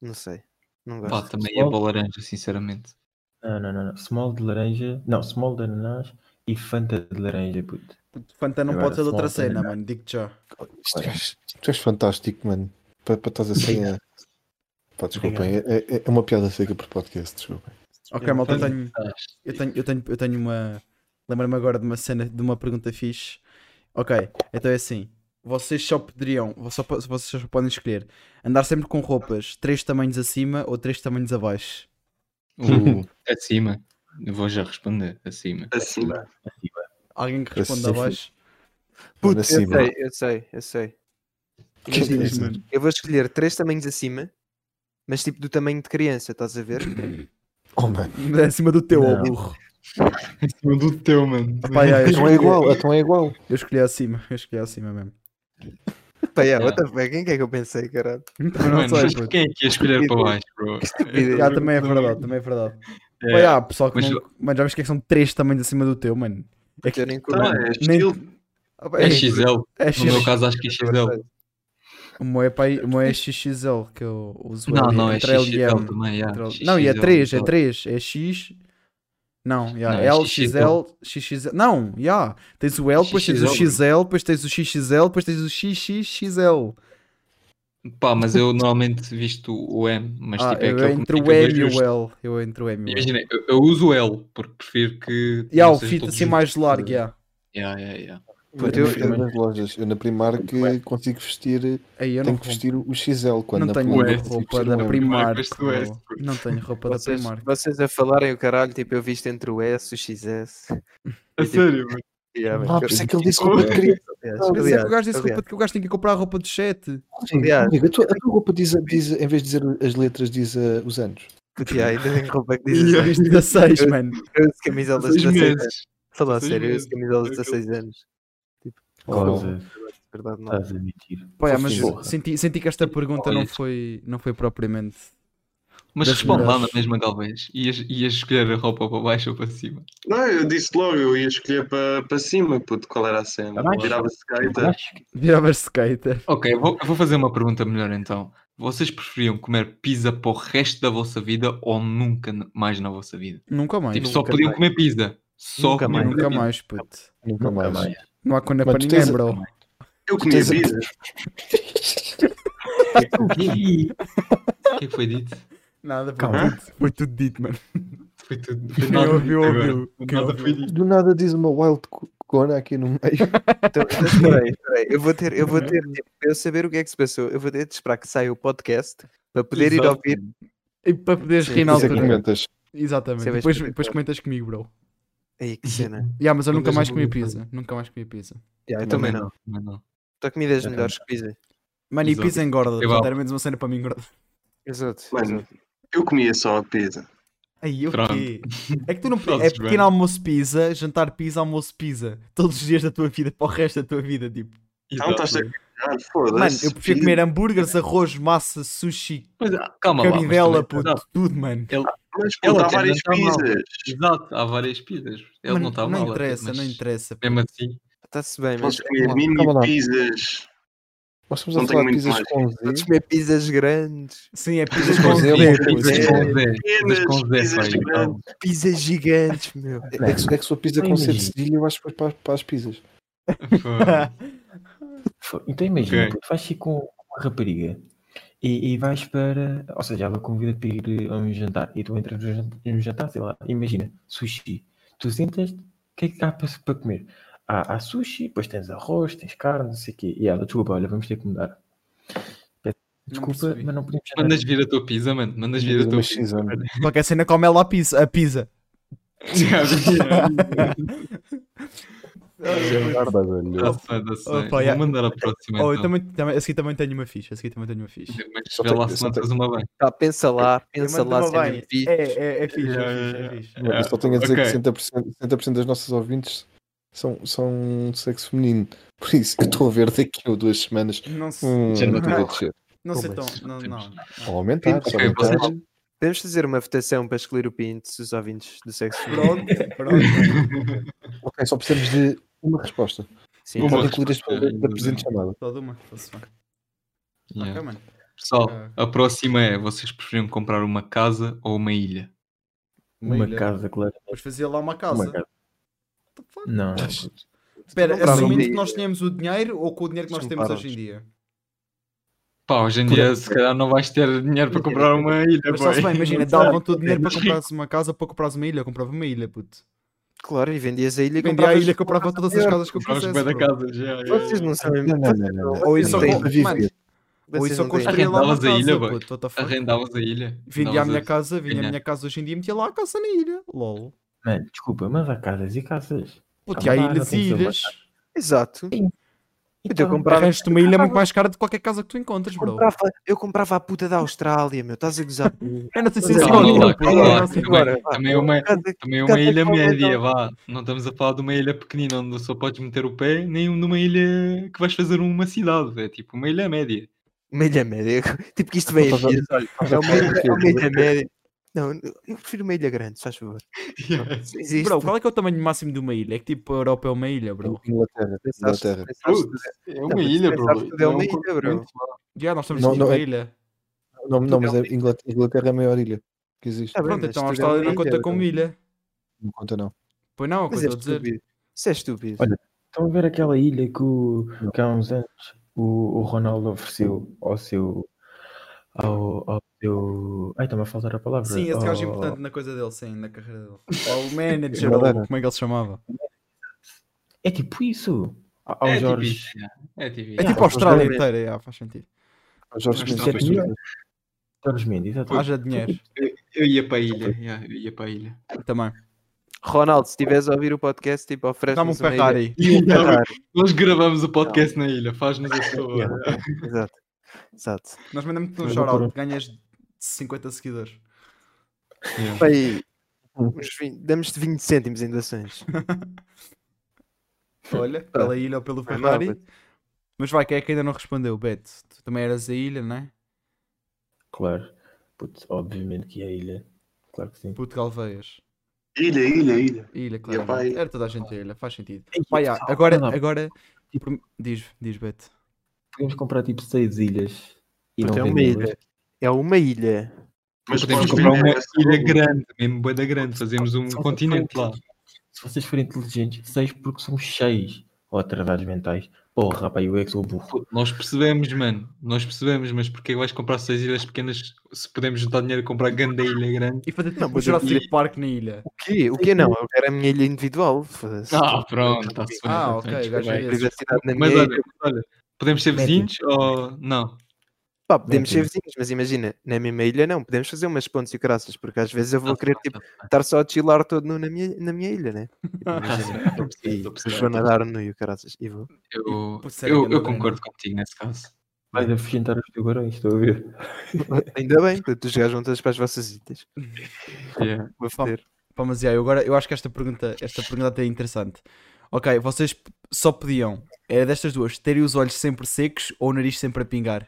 [SPEAKER 1] não sei, não
[SPEAKER 4] Pá,
[SPEAKER 1] gosto.
[SPEAKER 4] também é boa laranja, sinceramente.
[SPEAKER 6] Não, não, não, não. Small de laranja. Não, small de ananás e Fanta de laranja, puto.
[SPEAKER 3] Fanta não
[SPEAKER 6] Agora,
[SPEAKER 3] pode ser de outra
[SPEAKER 6] small também
[SPEAKER 3] cena,
[SPEAKER 6] não.
[SPEAKER 3] mano. Digo-te já.
[SPEAKER 2] Isto é- Tu és fantástico, mano. Para estás assim a. Pá, desculpem, é, é- é uma piada seca por podcast, desculpem.
[SPEAKER 3] Ok,
[SPEAKER 6] Eu
[SPEAKER 3] malta, eu
[SPEAKER 6] tenho-
[SPEAKER 3] tenho, eu tenho, eu tenho, eu tenho uma. Lembro-me agora de uma cena, de uma pergunta fixe. Ok, então é assim. Vocês só poderiam, vo- só po- vocês só podem escolher andar sempre com roupas três tamanhos acima ou três tamanhos abaixo. Hum.
[SPEAKER 4] Uh, acima. Eu Vou já responder. Acima.
[SPEAKER 5] Acima.
[SPEAKER 3] Alguém que responda
[SPEAKER 2] Assim.
[SPEAKER 3] abaixo.
[SPEAKER 1] Puto, eu sei,
[SPEAKER 2] acima.
[SPEAKER 1] eu sei, eu sei.
[SPEAKER 2] Que
[SPEAKER 1] Imagina,
[SPEAKER 2] coisa.
[SPEAKER 1] eu vou escolher três tamanhos acima, mas tipo do tamanho de criança, estás a ver?
[SPEAKER 2] Oh, mano.
[SPEAKER 3] Acima do teu, ó
[SPEAKER 6] Não.
[SPEAKER 3] burro.
[SPEAKER 4] Acima do teu, mano.
[SPEAKER 3] Epá, yeah, eu,
[SPEAKER 2] Então é
[SPEAKER 3] escolhi,
[SPEAKER 2] igual, então é igual.
[SPEAKER 3] eu escolhi acima, eu escolhi acima mesmo.
[SPEAKER 1] Pá, yeah,
[SPEAKER 4] Yeah.
[SPEAKER 1] what the fuck, em que é que eu pensei, caralho?
[SPEAKER 3] Também não sei, puto.
[SPEAKER 4] quem é que ia escolher para baixo, bro?
[SPEAKER 3] Yeah, também é verdade, também é verdade.
[SPEAKER 4] É.
[SPEAKER 3] Pá, yeah, pessoal que
[SPEAKER 4] Mas-
[SPEAKER 3] não- Mano, já viste que é que são três tamanhos acima do teu, mano. É que-
[SPEAKER 1] Eu nem curto.
[SPEAKER 5] Tá, é
[SPEAKER 3] Nem-
[SPEAKER 5] estilo.
[SPEAKER 3] Ah, pá,
[SPEAKER 4] É
[SPEAKER 3] é-
[SPEAKER 4] XL.
[SPEAKER 3] é
[SPEAKER 4] No meu
[SPEAKER 3] X-
[SPEAKER 4] caso, acho que é XL.
[SPEAKER 3] O meu é, pá- o meu é XXL que eu uso.
[SPEAKER 4] Não,
[SPEAKER 3] ali,
[SPEAKER 4] não, é
[SPEAKER 3] entre L e M.
[SPEAKER 4] XL também. yeah.
[SPEAKER 3] Entre L-
[SPEAKER 4] XXL,
[SPEAKER 3] Não, e é 3, é
[SPEAKER 4] então.
[SPEAKER 3] 3, é X. Não, yeah,
[SPEAKER 4] Não, é
[SPEAKER 3] L,
[SPEAKER 4] XXL.
[SPEAKER 3] XL, XXL. Não, yeah. tens o L, depois tens o XL, depois tens o XXL, depois tens o XXXL.
[SPEAKER 4] Pá, mas eu normalmente visto o M, mas
[SPEAKER 3] Ah,
[SPEAKER 4] tipo é
[SPEAKER 3] eu
[SPEAKER 4] aquele que
[SPEAKER 3] entre o
[SPEAKER 4] fica dois
[SPEAKER 3] M e o
[SPEAKER 4] justos.
[SPEAKER 3] L. Eu entre o M e o L.
[SPEAKER 4] Imagina, eu, eu uso o L, porque prefiro que.
[SPEAKER 3] E há o
[SPEAKER 4] seja
[SPEAKER 3] fit
[SPEAKER 4] todo
[SPEAKER 3] assim
[SPEAKER 4] junto.
[SPEAKER 3] mais largo, yeah.
[SPEAKER 4] Yeah, yeah, yeah.
[SPEAKER 2] Eu,
[SPEAKER 3] um
[SPEAKER 1] eu-
[SPEAKER 2] eu, nas lojas, eu na Primark consigo vestir,
[SPEAKER 3] Aí
[SPEAKER 2] tenho
[SPEAKER 3] eu não
[SPEAKER 2] que
[SPEAKER 3] compro.
[SPEAKER 2] vestir o XL quando
[SPEAKER 3] Não
[SPEAKER 2] na
[SPEAKER 3] tenho
[SPEAKER 2] Primark
[SPEAKER 4] Ué,
[SPEAKER 2] consigo
[SPEAKER 3] roupa
[SPEAKER 2] vestir
[SPEAKER 3] da
[SPEAKER 2] o M.
[SPEAKER 3] Primark.
[SPEAKER 4] Marcas do S,
[SPEAKER 3] bro.
[SPEAKER 4] puto.
[SPEAKER 3] Não tenho roupa da
[SPEAKER 1] Vocês,
[SPEAKER 3] Primark.
[SPEAKER 1] vocês a falarem o caralho, tipo, eu visto entre o S e o XS.
[SPEAKER 4] A É sério,
[SPEAKER 1] Yeah,
[SPEAKER 2] Ah,
[SPEAKER 1] mas-
[SPEAKER 2] por isso é que ele disse que eu queria.
[SPEAKER 1] Aliás,
[SPEAKER 2] Mas
[SPEAKER 3] Mas é
[SPEAKER 1] aliás,
[SPEAKER 3] que o gajo disse
[SPEAKER 1] aliás.
[SPEAKER 3] roupa- que o gajo tem que comprar a roupa do chat.
[SPEAKER 1] Aliás.
[SPEAKER 2] Amigo, a tua, a tua roupa diz, diz, em vez de dizer as letras, diz ah, os anos.
[SPEAKER 1] Yeah, ainda tem roupa que diz
[SPEAKER 4] Yeah.
[SPEAKER 1] assim,
[SPEAKER 3] Viste 16, mano.
[SPEAKER 1] eu uso camisola dos
[SPEAKER 4] Seis
[SPEAKER 1] 16 anos.
[SPEAKER 4] meses.
[SPEAKER 1] Falar a
[SPEAKER 4] Seis
[SPEAKER 1] sério, eu uso
[SPEAKER 4] meses.
[SPEAKER 1] camisola dos
[SPEAKER 4] É aquele-
[SPEAKER 1] 16 anos.
[SPEAKER 2] Oh,
[SPEAKER 6] Estás a-
[SPEAKER 1] Verdade, não.
[SPEAKER 6] estás a mentir.
[SPEAKER 3] Pá, é, mas
[SPEAKER 6] Porra.
[SPEAKER 3] senti, senti que esta pergunta não
[SPEAKER 4] Olha.
[SPEAKER 3] foi, não foi propriamente.
[SPEAKER 4] Mas
[SPEAKER 3] Das
[SPEAKER 4] responde lá na
[SPEAKER 3] melhores.
[SPEAKER 4] mesma, talvez. Ias, ias escolher a roupa para baixo ou para cima.
[SPEAKER 5] Não, eu disse logo, eu ia escolher para para cima, puto, qual era a cena.
[SPEAKER 3] Tá
[SPEAKER 6] Abaixo.
[SPEAKER 5] Virava-se
[SPEAKER 6] tá.
[SPEAKER 5] gaita.
[SPEAKER 3] Virava skater.
[SPEAKER 4] Ok, vou, vou fazer uma pergunta melhor então. Vocês preferiam comer pizza para o resto da vossa vida ou nunca n- mais na vossa vida?
[SPEAKER 3] Nunca mais.
[SPEAKER 4] tipo, só
[SPEAKER 1] nunca
[SPEAKER 4] podiam
[SPEAKER 1] mais.
[SPEAKER 4] comer pizza. Só
[SPEAKER 1] Nunca
[SPEAKER 4] comer
[SPEAKER 1] mais.
[SPEAKER 3] Nunca
[SPEAKER 4] pizza.
[SPEAKER 3] mais, puto.
[SPEAKER 2] nunca, mais.
[SPEAKER 3] Não há quando é
[SPEAKER 2] Mas
[SPEAKER 3] para
[SPEAKER 2] tu
[SPEAKER 3] ninguém,
[SPEAKER 2] tens a-
[SPEAKER 3] bro.
[SPEAKER 5] Eu comia
[SPEAKER 2] Tens a-
[SPEAKER 5] pizza.
[SPEAKER 4] O quê? O que é que foi dito?
[SPEAKER 3] Nada, foi
[SPEAKER 6] Calma.
[SPEAKER 3] tudo- foi tudo dito, mano.
[SPEAKER 4] Foi tudo.
[SPEAKER 3] Quem
[SPEAKER 4] Foi nada
[SPEAKER 3] ouviu,
[SPEAKER 4] dito agora.
[SPEAKER 3] ouviu. Quem
[SPEAKER 4] Nada foi
[SPEAKER 3] ouviu.
[SPEAKER 4] dito.
[SPEAKER 2] Do nada diz uma wild co- cona aqui no meio.
[SPEAKER 1] Então, então, espera aí, espera aí. Eu vou ter, eu vou ter, tipo, para eu saber o que é que se passou, eu vou ter de esperar que saia o podcast para poder ir
[SPEAKER 4] Exato.
[SPEAKER 1] ouvir.
[SPEAKER 3] E para poderes rir na
[SPEAKER 2] Isso é que
[SPEAKER 3] altura.
[SPEAKER 2] comentas.
[SPEAKER 3] Exatamente.
[SPEAKER 1] Você vai
[SPEAKER 3] Depois,
[SPEAKER 1] escrever,
[SPEAKER 3] depois
[SPEAKER 1] claro.
[SPEAKER 3] comentas comigo, bro.
[SPEAKER 1] Aí, que cena.
[SPEAKER 3] Yeah, mas eu
[SPEAKER 4] Não
[SPEAKER 3] nunca mais
[SPEAKER 4] vejo
[SPEAKER 3] comi
[SPEAKER 4] o vídeo.
[SPEAKER 3] pizza. Nunca mais comi pizza.
[SPEAKER 1] Yeah, eu também não.
[SPEAKER 4] Também não.
[SPEAKER 1] Estou a comer das
[SPEAKER 6] Também
[SPEAKER 1] melhores que pizza.
[SPEAKER 3] Mano, e
[SPEAKER 4] Exato.
[SPEAKER 3] pizza engorda.
[SPEAKER 4] Eu-
[SPEAKER 3] Portanto, era menos uma cena para mim engorda.
[SPEAKER 1] Exato.
[SPEAKER 5] Mano,
[SPEAKER 1] exato.
[SPEAKER 5] Eu comia só a pizza.
[SPEAKER 3] Aí, o
[SPEAKER 4] Pronto.
[SPEAKER 3] quê? É que tu não
[SPEAKER 4] Pronto,
[SPEAKER 3] É
[SPEAKER 4] Joana.
[SPEAKER 3] pequeno almoço pizza, jantar pizza, almoço pizza. Todos os dias da tua vida, para o resto da tua vida, tipo.
[SPEAKER 5] Não estás um a cagar, foda-se.
[SPEAKER 3] Mano, eu prefiro comer hambúrgueres, arroz, massa, sushi,
[SPEAKER 4] Mas, ah, calma lá. mas
[SPEAKER 3] cabidela,
[SPEAKER 4] também-
[SPEAKER 3] puto, tudo, mano.
[SPEAKER 5] Mas,
[SPEAKER 4] Ela
[SPEAKER 5] puto, há
[SPEAKER 4] até
[SPEAKER 5] várias
[SPEAKER 4] não tá mal.
[SPEAKER 5] pizzas.
[SPEAKER 4] Exato, há várias pizzas. Ele
[SPEAKER 3] Mano,
[SPEAKER 4] não está
[SPEAKER 3] Não
[SPEAKER 4] mal. até,
[SPEAKER 3] interessa,
[SPEAKER 4] mas
[SPEAKER 3] não interessa.
[SPEAKER 4] Mesmo assim,
[SPEAKER 1] Está-se bem, mas é
[SPEAKER 5] Posso comer
[SPEAKER 2] calma lá.
[SPEAKER 5] mini pizzas.
[SPEAKER 2] Nós estamos
[SPEAKER 5] Não
[SPEAKER 2] a falar
[SPEAKER 5] tenho
[SPEAKER 2] de
[SPEAKER 5] muito
[SPEAKER 2] pizzas
[SPEAKER 5] mais.
[SPEAKER 2] com
[SPEAKER 1] Vamos
[SPEAKER 2] Z.
[SPEAKER 1] comer pizzas grandes,
[SPEAKER 3] Sim, é
[SPEAKER 2] Pizzas
[SPEAKER 3] pizzas
[SPEAKER 2] com
[SPEAKER 3] com
[SPEAKER 2] Z,
[SPEAKER 3] zero.
[SPEAKER 4] Pizzas com Zé. Pizzas com Zé,
[SPEAKER 5] Pizzas
[SPEAKER 4] pá, então.
[SPEAKER 1] pizzas gigantes, meu.
[SPEAKER 2] É, é, que, é que se for pizza com C de
[SPEAKER 6] Sim.
[SPEAKER 2] cedilha, eu acho que para, para as pizzas.
[SPEAKER 4] Foda.
[SPEAKER 6] Fo- Então imagina,
[SPEAKER 4] Ok.
[SPEAKER 6] puto, vais ir com uma rapariga e, e vais para. Ou seja, ela convida para ir a um jantar e tu entras no jan- no jantar, sei lá, imagina, sushi. Tu sentas, o que é que há para, para comer? Há, há sushi, depois tens arroz, tens carne, não sei o quê. E ela, desculpa, olha, vamos ter que mudar. Peço Desculpa,
[SPEAKER 3] percebi.
[SPEAKER 6] mas não podemos jantar.
[SPEAKER 4] Mandas vir a tua pizza, mano. Mandas vir a tua
[SPEAKER 2] Mas
[SPEAKER 4] pizza.
[SPEAKER 2] X, olha.
[SPEAKER 4] é.
[SPEAKER 3] Qualquer cena come ela a pizza. A pizza.
[SPEAKER 4] Dá-se, dá-se.
[SPEAKER 3] Opa,
[SPEAKER 4] Vou
[SPEAKER 3] yeah.
[SPEAKER 4] mandar a próxima.
[SPEAKER 3] Oh, eu
[SPEAKER 4] então.
[SPEAKER 3] também, também, a seguir também tenho uma ficha. A seguir também tenho uma ficha.
[SPEAKER 4] Mas
[SPEAKER 2] Só
[SPEAKER 4] vê
[SPEAKER 2] tem-
[SPEAKER 4] lá se
[SPEAKER 2] só tem-
[SPEAKER 4] mandas uma bem.
[SPEAKER 1] Tá, pensa lá, pensa
[SPEAKER 3] Eu mando
[SPEAKER 1] lá,
[SPEAKER 3] uma
[SPEAKER 1] cena
[SPEAKER 3] bem.
[SPEAKER 1] fixe.
[SPEAKER 3] É, é, é fixe,
[SPEAKER 4] Yeah,
[SPEAKER 3] é fixe, é
[SPEAKER 4] yeah,
[SPEAKER 3] fixe.
[SPEAKER 2] Eu só tenho a dizer
[SPEAKER 4] Ok.
[SPEAKER 2] que 60%, 60 das nossas ouvintes são, são de sexo feminino. Por isso, eu estou a ver daqui a duas semanas
[SPEAKER 3] Não se-
[SPEAKER 1] Hum.
[SPEAKER 2] um
[SPEAKER 4] Já
[SPEAKER 5] Hum.
[SPEAKER 4] não
[SPEAKER 2] número
[SPEAKER 4] tem.
[SPEAKER 2] a descer.
[SPEAKER 3] não sei tão.
[SPEAKER 4] Mas
[SPEAKER 3] Não,
[SPEAKER 4] assim? temos-
[SPEAKER 3] não.
[SPEAKER 2] Ou aumentar,
[SPEAKER 1] Ok,
[SPEAKER 2] só aumentar.
[SPEAKER 4] vocês-
[SPEAKER 1] Podemos fazer uma votação para escolher o pinto dos ouvintes do sexo feminino.
[SPEAKER 3] Pronto, pronto.
[SPEAKER 2] Ok, só precisamos de uma resposta.
[SPEAKER 1] Sim, então,
[SPEAKER 4] Uma.
[SPEAKER 2] Pode incluir as pessoas da- da
[SPEAKER 4] resposta.
[SPEAKER 2] presente chamada.
[SPEAKER 3] Toda uma. tá-se bem.
[SPEAKER 4] Yeah.
[SPEAKER 3] Ok, mano.
[SPEAKER 4] Pessoal,
[SPEAKER 3] Ah.
[SPEAKER 4] a próxima é: vocês preferiam comprar uma casa ou uma ilha?
[SPEAKER 6] Uma casa, claro.
[SPEAKER 3] Depois fazia lá uma casa.
[SPEAKER 6] Uma casa.
[SPEAKER 3] What the fuck?
[SPEAKER 6] Não.
[SPEAKER 3] Espera,
[SPEAKER 1] Comprava
[SPEAKER 3] assumindo
[SPEAKER 1] uma
[SPEAKER 3] que
[SPEAKER 1] ilha.
[SPEAKER 3] nós tínhamos o dinheiro ou com o dinheiro que nós
[SPEAKER 2] Sim,
[SPEAKER 3] temos
[SPEAKER 2] claro.
[SPEAKER 3] hoje em dia?
[SPEAKER 4] Pá, hoje em dia, se calhar, não vais ter dinheiro para comprar uma ilha.
[SPEAKER 3] Mas está-se
[SPEAKER 4] boy.
[SPEAKER 3] bem, imagina,
[SPEAKER 4] Não
[SPEAKER 3] davam-te o dinheiro para
[SPEAKER 4] Mas rico.
[SPEAKER 3] comprares uma casa para comprares uma ilha. Eu comprava uma ilha, puto.
[SPEAKER 1] claro, e vendias a ilha e
[SPEAKER 3] Vendia a
[SPEAKER 1] compravas-
[SPEAKER 3] ilha, comprava todas as casas que eu
[SPEAKER 4] Compravas bué
[SPEAKER 3] quisesse.
[SPEAKER 4] da
[SPEAKER 3] bro.
[SPEAKER 4] casa, já, já.
[SPEAKER 1] Vocês não sabem.
[SPEAKER 2] Não, não, não, não.
[SPEAKER 3] Ou isso só
[SPEAKER 2] Não tem
[SPEAKER 3] com-
[SPEAKER 2] para viver.
[SPEAKER 3] mano, Ou isso
[SPEAKER 1] Vocês
[SPEAKER 3] só
[SPEAKER 1] não têm.
[SPEAKER 3] construía lá uma
[SPEAKER 4] Arrendavas a
[SPEAKER 3] casa,
[SPEAKER 4] ilha,
[SPEAKER 3] puto.
[SPEAKER 4] boy.
[SPEAKER 3] What the fuck?
[SPEAKER 4] Arrendavas a ilha.
[SPEAKER 3] Vinha à
[SPEAKER 4] Arrendavas
[SPEAKER 3] minha casa, vinha à
[SPEAKER 4] ganhar.
[SPEAKER 3] minha casa hoje em dia e metia lá a casa na ilha. LOL.
[SPEAKER 6] Mano, desculpa, mas há casas e casas.
[SPEAKER 3] Puto, e
[SPEAKER 6] Calma
[SPEAKER 3] há
[SPEAKER 6] lá,
[SPEAKER 3] ilhas
[SPEAKER 6] não
[SPEAKER 3] e
[SPEAKER 6] tem que ser
[SPEAKER 3] ilhas.
[SPEAKER 1] Exato.
[SPEAKER 6] E
[SPEAKER 3] Então,
[SPEAKER 6] um
[SPEAKER 1] Puta, eu
[SPEAKER 6] tal.
[SPEAKER 1] comprava,
[SPEAKER 3] Arranjas-te uma ilha muito mais cara de qualquer casa que tu encontras, bro.
[SPEAKER 1] comprava- eu comprava a puta da Austrália, meu. Estás a gozar comigo.
[SPEAKER 3] Eu não sei se
[SPEAKER 1] Calma
[SPEAKER 3] isso é
[SPEAKER 1] lá,
[SPEAKER 3] igual, puto.
[SPEAKER 4] calma lá,
[SPEAKER 3] Não sei-
[SPEAKER 4] calma lá.
[SPEAKER 1] Agora, vá.
[SPEAKER 4] Também é uma-
[SPEAKER 1] Cada-
[SPEAKER 4] Também é
[SPEAKER 1] Cada
[SPEAKER 4] uma ilha
[SPEAKER 1] qual é
[SPEAKER 4] média,
[SPEAKER 1] tão-
[SPEAKER 4] vá. Não estamos a falar de uma ilha pequenina onde só podes meter o pé, nem numa ilha que vais fazer uma cidade. É tipo uma ilha média.
[SPEAKER 1] Uma ilha média. Tipo que isto vem a
[SPEAKER 2] Então, Estás a-
[SPEAKER 1] vida.
[SPEAKER 2] estás
[SPEAKER 1] É
[SPEAKER 2] a
[SPEAKER 1] uma
[SPEAKER 2] falar
[SPEAKER 1] ilha,
[SPEAKER 2] do quê?
[SPEAKER 1] é uma ilha média. Não, eu prefiro uma ilha grande, se faz favor. Se existe,
[SPEAKER 3] Bro, qual é que é o tamanho máximo de uma ilha? É que tipo, a Europa é uma ilha, bro.
[SPEAKER 2] Inglaterra,
[SPEAKER 1] pensaste-
[SPEAKER 2] Inglaterra.
[SPEAKER 1] pensaste-
[SPEAKER 4] É
[SPEAKER 1] Não,
[SPEAKER 4] uma
[SPEAKER 1] mas
[SPEAKER 4] ilha,
[SPEAKER 1] se
[SPEAKER 4] bro. um
[SPEAKER 1] pensares tudo é
[SPEAKER 4] Não,
[SPEAKER 1] uma ilha, bro.
[SPEAKER 4] muito mal.
[SPEAKER 3] Já, nós estamos
[SPEAKER 2] Não,
[SPEAKER 3] tipo
[SPEAKER 2] não
[SPEAKER 3] uma
[SPEAKER 2] é-
[SPEAKER 3] ilha.
[SPEAKER 2] Não, não, mas a Inglaterra, Inglaterra é a maior ilha que existe.
[SPEAKER 1] Tá bem,
[SPEAKER 3] Pronto,
[SPEAKER 1] mas
[SPEAKER 3] então a
[SPEAKER 1] tudo é
[SPEAKER 3] Austrália
[SPEAKER 1] uma
[SPEAKER 3] não conta
[SPEAKER 1] ilha,
[SPEAKER 3] como
[SPEAKER 1] bro.
[SPEAKER 3] ilha.
[SPEAKER 2] Não conta, não.
[SPEAKER 3] Pois não, é o que eu
[SPEAKER 1] Mas é
[SPEAKER 3] estou a dizer.
[SPEAKER 1] estúpido. Isso é estúpido.
[SPEAKER 6] Olha, Estão a ver aquela ilha que, o- que há uns anos o, o Ronaldo ofereceu ao seu. ao, ao seu. Ai, está-me a faltar a palavra.
[SPEAKER 3] Sim, esse gajo é
[SPEAKER 1] Oh.
[SPEAKER 6] Ao-
[SPEAKER 3] importante na coisa dele, sim, na carreira dele. Ou o manager,
[SPEAKER 2] Madeira.
[SPEAKER 3] ou como é que ele se chamava?
[SPEAKER 6] É tipo isso. A- Ao
[SPEAKER 4] É tipo
[SPEAKER 6] Jorge.
[SPEAKER 4] isto, já. É tipo
[SPEAKER 3] É
[SPEAKER 4] isto.
[SPEAKER 3] tipo a Austrália inteira, já, faz sentido.
[SPEAKER 2] O Jorge
[SPEAKER 4] Mas
[SPEAKER 2] Mendes. é
[SPEAKER 6] talvez- Jorge Mendes, exatamente.
[SPEAKER 3] Haja dinheiro
[SPEAKER 4] Eu ia para a ilha. já, Eu ia para a ilha.
[SPEAKER 3] também.
[SPEAKER 1] Ronaldo, se estiveres a ouvir o podcast, tipo,
[SPEAKER 3] Dá-me um
[SPEAKER 1] oferece-nos uma ilha.
[SPEAKER 3] Ferrari.
[SPEAKER 4] Nós gravamos o podcast na ilha. Faz-nos a favor.
[SPEAKER 1] Exato. Exato.
[SPEAKER 3] Nós mandamos-te um
[SPEAKER 6] Eu vou pôr
[SPEAKER 3] shoutout, ganhas 50 seguidores.
[SPEAKER 4] Já.
[SPEAKER 1] Pai, uns 20 damos-te 20 cêntimos em doações.
[SPEAKER 3] Olha,
[SPEAKER 1] Tá.
[SPEAKER 3] pela ilha ou pelo
[SPEAKER 1] Vai lá,
[SPEAKER 3] Ferrari.
[SPEAKER 1] Beto.
[SPEAKER 3] Mas vai, quem é que ainda não respondeu, Beto? Tu também eras a ilha, não é?
[SPEAKER 6] Claro. Putz, obviamente que é a ilha. Claro que sim.
[SPEAKER 3] Puto Galveias.
[SPEAKER 5] Ilha, ilha, ilha.
[SPEAKER 3] Ilha,
[SPEAKER 5] E a
[SPEAKER 3] claro.
[SPEAKER 5] pai-
[SPEAKER 3] Era toda a gente a ilha, faz sentido.
[SPEAKER 6] Ei,
[SPEAKER 3] Pá, já,
[SPEAKER 6] pessoal,
[SPEAKER 3] agora,
[SPEAKER 6] Tipo, não dá.
[SPEAKER 3] agora. Diz, diz Beto.
[SPEAKER 6] Podemos comprar tipo seis ilhas. E
[SPEAKER 1] Puta,
[SPEAKER 6] não
[SPEAKER 1] é uma
[SPEAKER 6] vendê-las.
[SPEAKER 1] ilha. É uma ilha.
[SPEAKER 5] Mas
[SPEAKER 4] Podemos
[SPEAKER 5] podes
[SPEAKER 4] comprar uma
[SPEAKER 5] vender essa
[SPEAKER 4] ilha
[SPEAKER 5] roupa.
[SPEAKER 4] grande, mesmo boa da grande. Fazemos um
[SPEAKER 6] Se vocês
[SPEAKER 4] continente
[SPEAKER 6] forem
[SPEAKER 4] lá.
[SPEAKER 6] inteligentes- Se vocês forem inteligentes, seis porque são seis. Ou atrasados mentais. Porra, rapaz, eu é que sou burro.
[SPEAKER 4] Pô, Nós percebemos, mano. Nós percebemos, mas porquê é vais comprar seis ilhas pequenas se podemos juntar dinheiro e comprar grande ilha grande?
[SPEAKER 3] E fazer
[SPEAKER 1] Não,
[SPEAKER 3] tipo um
[SPEAKER 1] mas
[SPEAKER 3] Jurassic Park na ilha.
[SPEAKER 1] O quê? O quê não? Eu quero a minha ilha individual. Foda-se.
[SPEAKER 4] Ah, pronto, está-se bem.
[SPEAKER 3] Ah,
[SPEAKER 4] tá-se bem,
[SPEAKER 3] ok,
[SPEAKER 4] desculpa.
[SPEAKER 3] gajo é esse.
[SPEAKER 1] Privacidade na
[SPEAKER 4] Mas
[SPEAKER 1] minha ilha.
[SPEAKER 4] olha, olha, podemos ser vizinhos ou não?
[SPEAKER 1] Pá, podemos ser
[SPEAKER 6] Mentira.
[SPEAKER 1] vizinhos, mas imagina, na mesma ilha não, podemos fazer umas pontes e caraças, porque às vezes eu vou
[SPEAKER 4] Tá-se
[SPEAKER 1] querer
[SPEAKER 4] bem,
[SPEAKER 1] tipo,
[SPEAKER 4] tá-se bem.
[SPEAKER 1] estar só a chilar todo nu na minha, na minha ilha, né? Tipo,
[SPEAKER 4] Tá-se
[SPEAKER 1] imagina,
[SPEAKER 4] bem, estou a perceber,
[SPEAKER 1] e
[SPEAKER 4] estou a perceber.
[SPEAKER 1] vou nadar nu e o caraças. E vou.
[SPEAKER 4] Eu,
[SPEAKER 3] Pô, sério,
[SPEAKER 4] eu,
[SPEAKER 3] grande
[SPEAKER 4] eu
[SPEAKER 3] treino.
[SPEAKER 4] concordo contigo nesse caso.
[SPEAKER 6] Vais afugentar os tubarões, estou a ver.
[SPEAKER 1] Ainda bem, tu jogares juntas para as vossas ilhas.
[SPEAKER 4] Yeah.
[SPEAKER 1] Vou foder.
[SPEAKER 3] Pá, mas já, eu agora eu acho que esta pergunta, esta pergunta até é interessante. Ok, vocês p- só podiam, era destas duas, terem os olhos sempre secos ou o nariz sempre a pingar?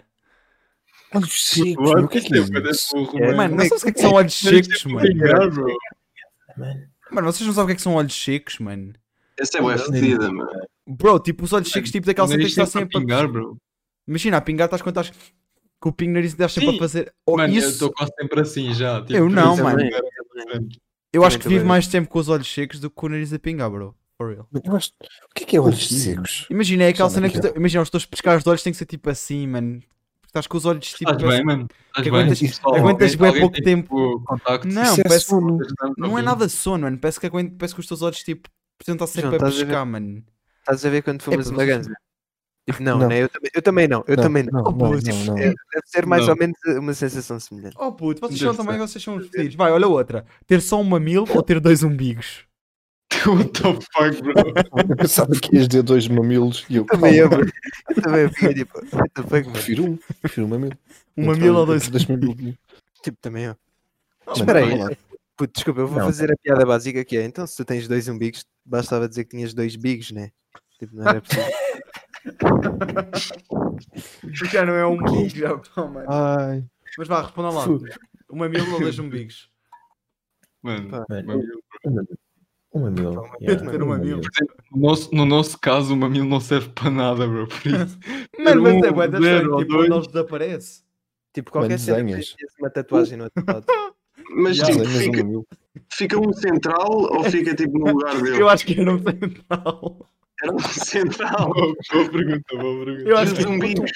[SPEAKER 2] Olha os
[SPEAKER 1] Tipo,
[SPEAKER 2] secos, meu, o que é que é isso?
[SPEAKER 1] É,
[SPEAKER 3] Mano, não
[SPEAKER 1] como é
[SPEAKER 3] sabes o que é que são olhos secos, mano.
[SPEAKER 4] Mano,
[SPEAKER 3] Mano, vocês não sabem o que é que são olhos secos, mano.
[SPEAKER 5] Essa é boa fedida, mano.
[SPEAKER 3] Bro, tipo, os olhos secos, tipo daquela cena que está sempre a
[SPEAKER 4] pingar, é bro.
[SPEAKER 3] Imagina, a pingar estás quando estás com o pingo no nariz e estás sempre
[SPEAKER 4] Sim.
[SPEAKER 3] a fazer. Oh,
[SPEAKER 4] Mano, eu
[SPEAKER 3] isso,
[SPEAKER 4] estou quase sempre assim já. tipo,
[SPEAKER 3] Eu não,
[SPEAKER 4] três
[SPEAKER 3] mano.
[SPEAKER 4] anos.
[SPEAKER 3] eu acho que
[SPEAKER 1] Também,
[SPEAKER 3] vivo
[SPEAKER 1] também.
[SPEAKER 3] mais tempo com os olhos secos do que com o nariz a pingar, bro. For real.
[SPEAKER 1] tipo,
[SPEAKER 2] Eu acho- O que é que é olhos secos?
[SPEAKER 3] Imagina, é aquela
[SPEAKER 2] Sabe
[SPEAKER 3] cena que.
[SPEAKER 2] que é?
[SPEAKER 3] tu- Imagina, os teus pescares de olhos têm que ser tipo assim, mano. Porque estás com os olhos tipo.
[SPEAKER 4] Estás bem, mano? Estás
[SPEAKER 3] que
[SPEAKER 4] bem?
[SPEAKER 3] aguentas-
[SPEAKER 4] Pessoal,
[SPEAKER 3] aguentas
[SPEAKER 4] alguém-
[SPEAKER 3] bem
[SPEAKER 4] alguém
[SPEAKER 3] pouco
[SPEAKER 4] tem,
[SPEAKER 3] tempo.
[SPEAKER 4] tipo, contacto?
[SPEAKER 3] Não,
[SPEAKER 2] Isso é
[SPEAKER 3] parece-
[SPEAKER 1] um-
[SPEAKER 2] sono.
[SPEAKER 3] Não é nada sono, mano. Parece que, aguento, parece que os teus olhos tipo. Portanto, está sempre
[SPEAKER 1] João,
[SPEAKER 3] a
[SPEAKER 1] estás a ver?
[SPEAKER 3] pescar, mano.
[SPEAKER 1] Estás a ver quando fumas
[SPEAKER 3] É,
[SPEAKER 1] uma
[SPEAKER 3] mas-
[SPEAKER 1] ganza? Tipo, não,
[SPEAKER 2] Não.
[SPEAKER 1] né? Eu, também- eu também não. Eu
[SPEAKER 2] Não,
[SPEAKER 1] também não.
[SPEAKER 2] não, não,
[SPEAKER 1] putz,
[SPEAKER 2] não, não.
[SPEAKER 1] é, deve ser mais
[SPEAKER 4] Não.
[SPEAKER 1] ou menos uh, uma sensação semelhante.
[SPEAKER 3] Oh puto, vocês
[SPEAKER 4] Deve
[SPEAKER 3] são também, vocês são os felizes. Vai, olha outra. Ter só um mamilo ou ter dois umbigos?
[SPEAKER 4] What the fuck, bro?
[SPEAKER 2] Eu pensava que ias dizer dois mamilos e eu
[SPEAKER 1] Também é eu,
[SPEAKER 2] calma,
[SPEAKER 1] bro. eu também fiquei tipo, what the fuck, mano?
[SPEAKER 2] prefiro um. Prefiro um mamilo.
[SPEAKER 3] Um
[SPEAKER 2] Então,
[SPEAKER 3] mamilo ou
[SPEAKER 2] eu
[SPEAKER 3] dois
[SPEAKER 2] prefiro dois mamilos.
[SPEAKER 1] Tipo, também eu.
[SPEAKER 2] Mano,
[SPEAKER 1] espera aí.
[SPEAKER 2] vá lá.
[SPEAKER 1] Puto, desculpa, eu vou
[SPEAKER 6] Não.
[SPEAKER 1] fazer a piada básica que é. Então, se tu tens dois umbigos, bastava dizer que tinhas dois bigos, né? Tipo, não era possível.
[SPEAKER 3] Já não é um umbigo, já, pá, mano.
[SPEAKER 2] Ai,
[SPEAKER 3] Mas vá, respondam lá.
[SPEAKER 2] fu-
[SPEAKER 3] Um mamilo ou dois umbigos?
[SPEAKER 4] Mano,
[SPEAKER 6] Mano,
[SPEAKER 4] mamilo.
[SPEAKER 6] um mamilo. Um mamilo. yeah,
[SPEAKER 3] ter um mamilo.
[SPEAKER 4] no nosso, no nosso caso, o mamilo não serve para nada, bro. Por isso.
[SPEAKER 3] Mano, mas é
[SPEAKER 4] um,
[SPEAKER 3] bué da
[SPEAKER 4] zero
[SPEAKER 3] estranho,
[SPEAKER 4] ou
[SPEAKER 3] tipo, quando
[SPEAKER 4] dois.
[SPEAKER 3] eles desaparecem.
[SPEAKER 1] Tipo, qualquer
[SPEAKER 2] Mano,
[SPEAKER 1] cena que
[SPEAKER 2] desenhas.
[SPEAKER 1] tens uma tatuagem no outro lado.
[SPEAKER 5] Mas
[SPEAKER 4] Já,
[SPEAKER 5] tipo,
[SPEAKER 2] mas um
[SPEAKER 5] fica,
[SPEAKER 2] mamilo.
[SPEAKER 5] fica um central ou fica tipo no lugar dele?
[SPEAKER 3] Eu acho que era um central.
[SPEAKER 5] Era um central.
[SPEAKER 4] Boa, boa pergunta, boa pergunta.
[SPEAKER 3] Eu acho que
[SPEAKER 5] Os umbigos.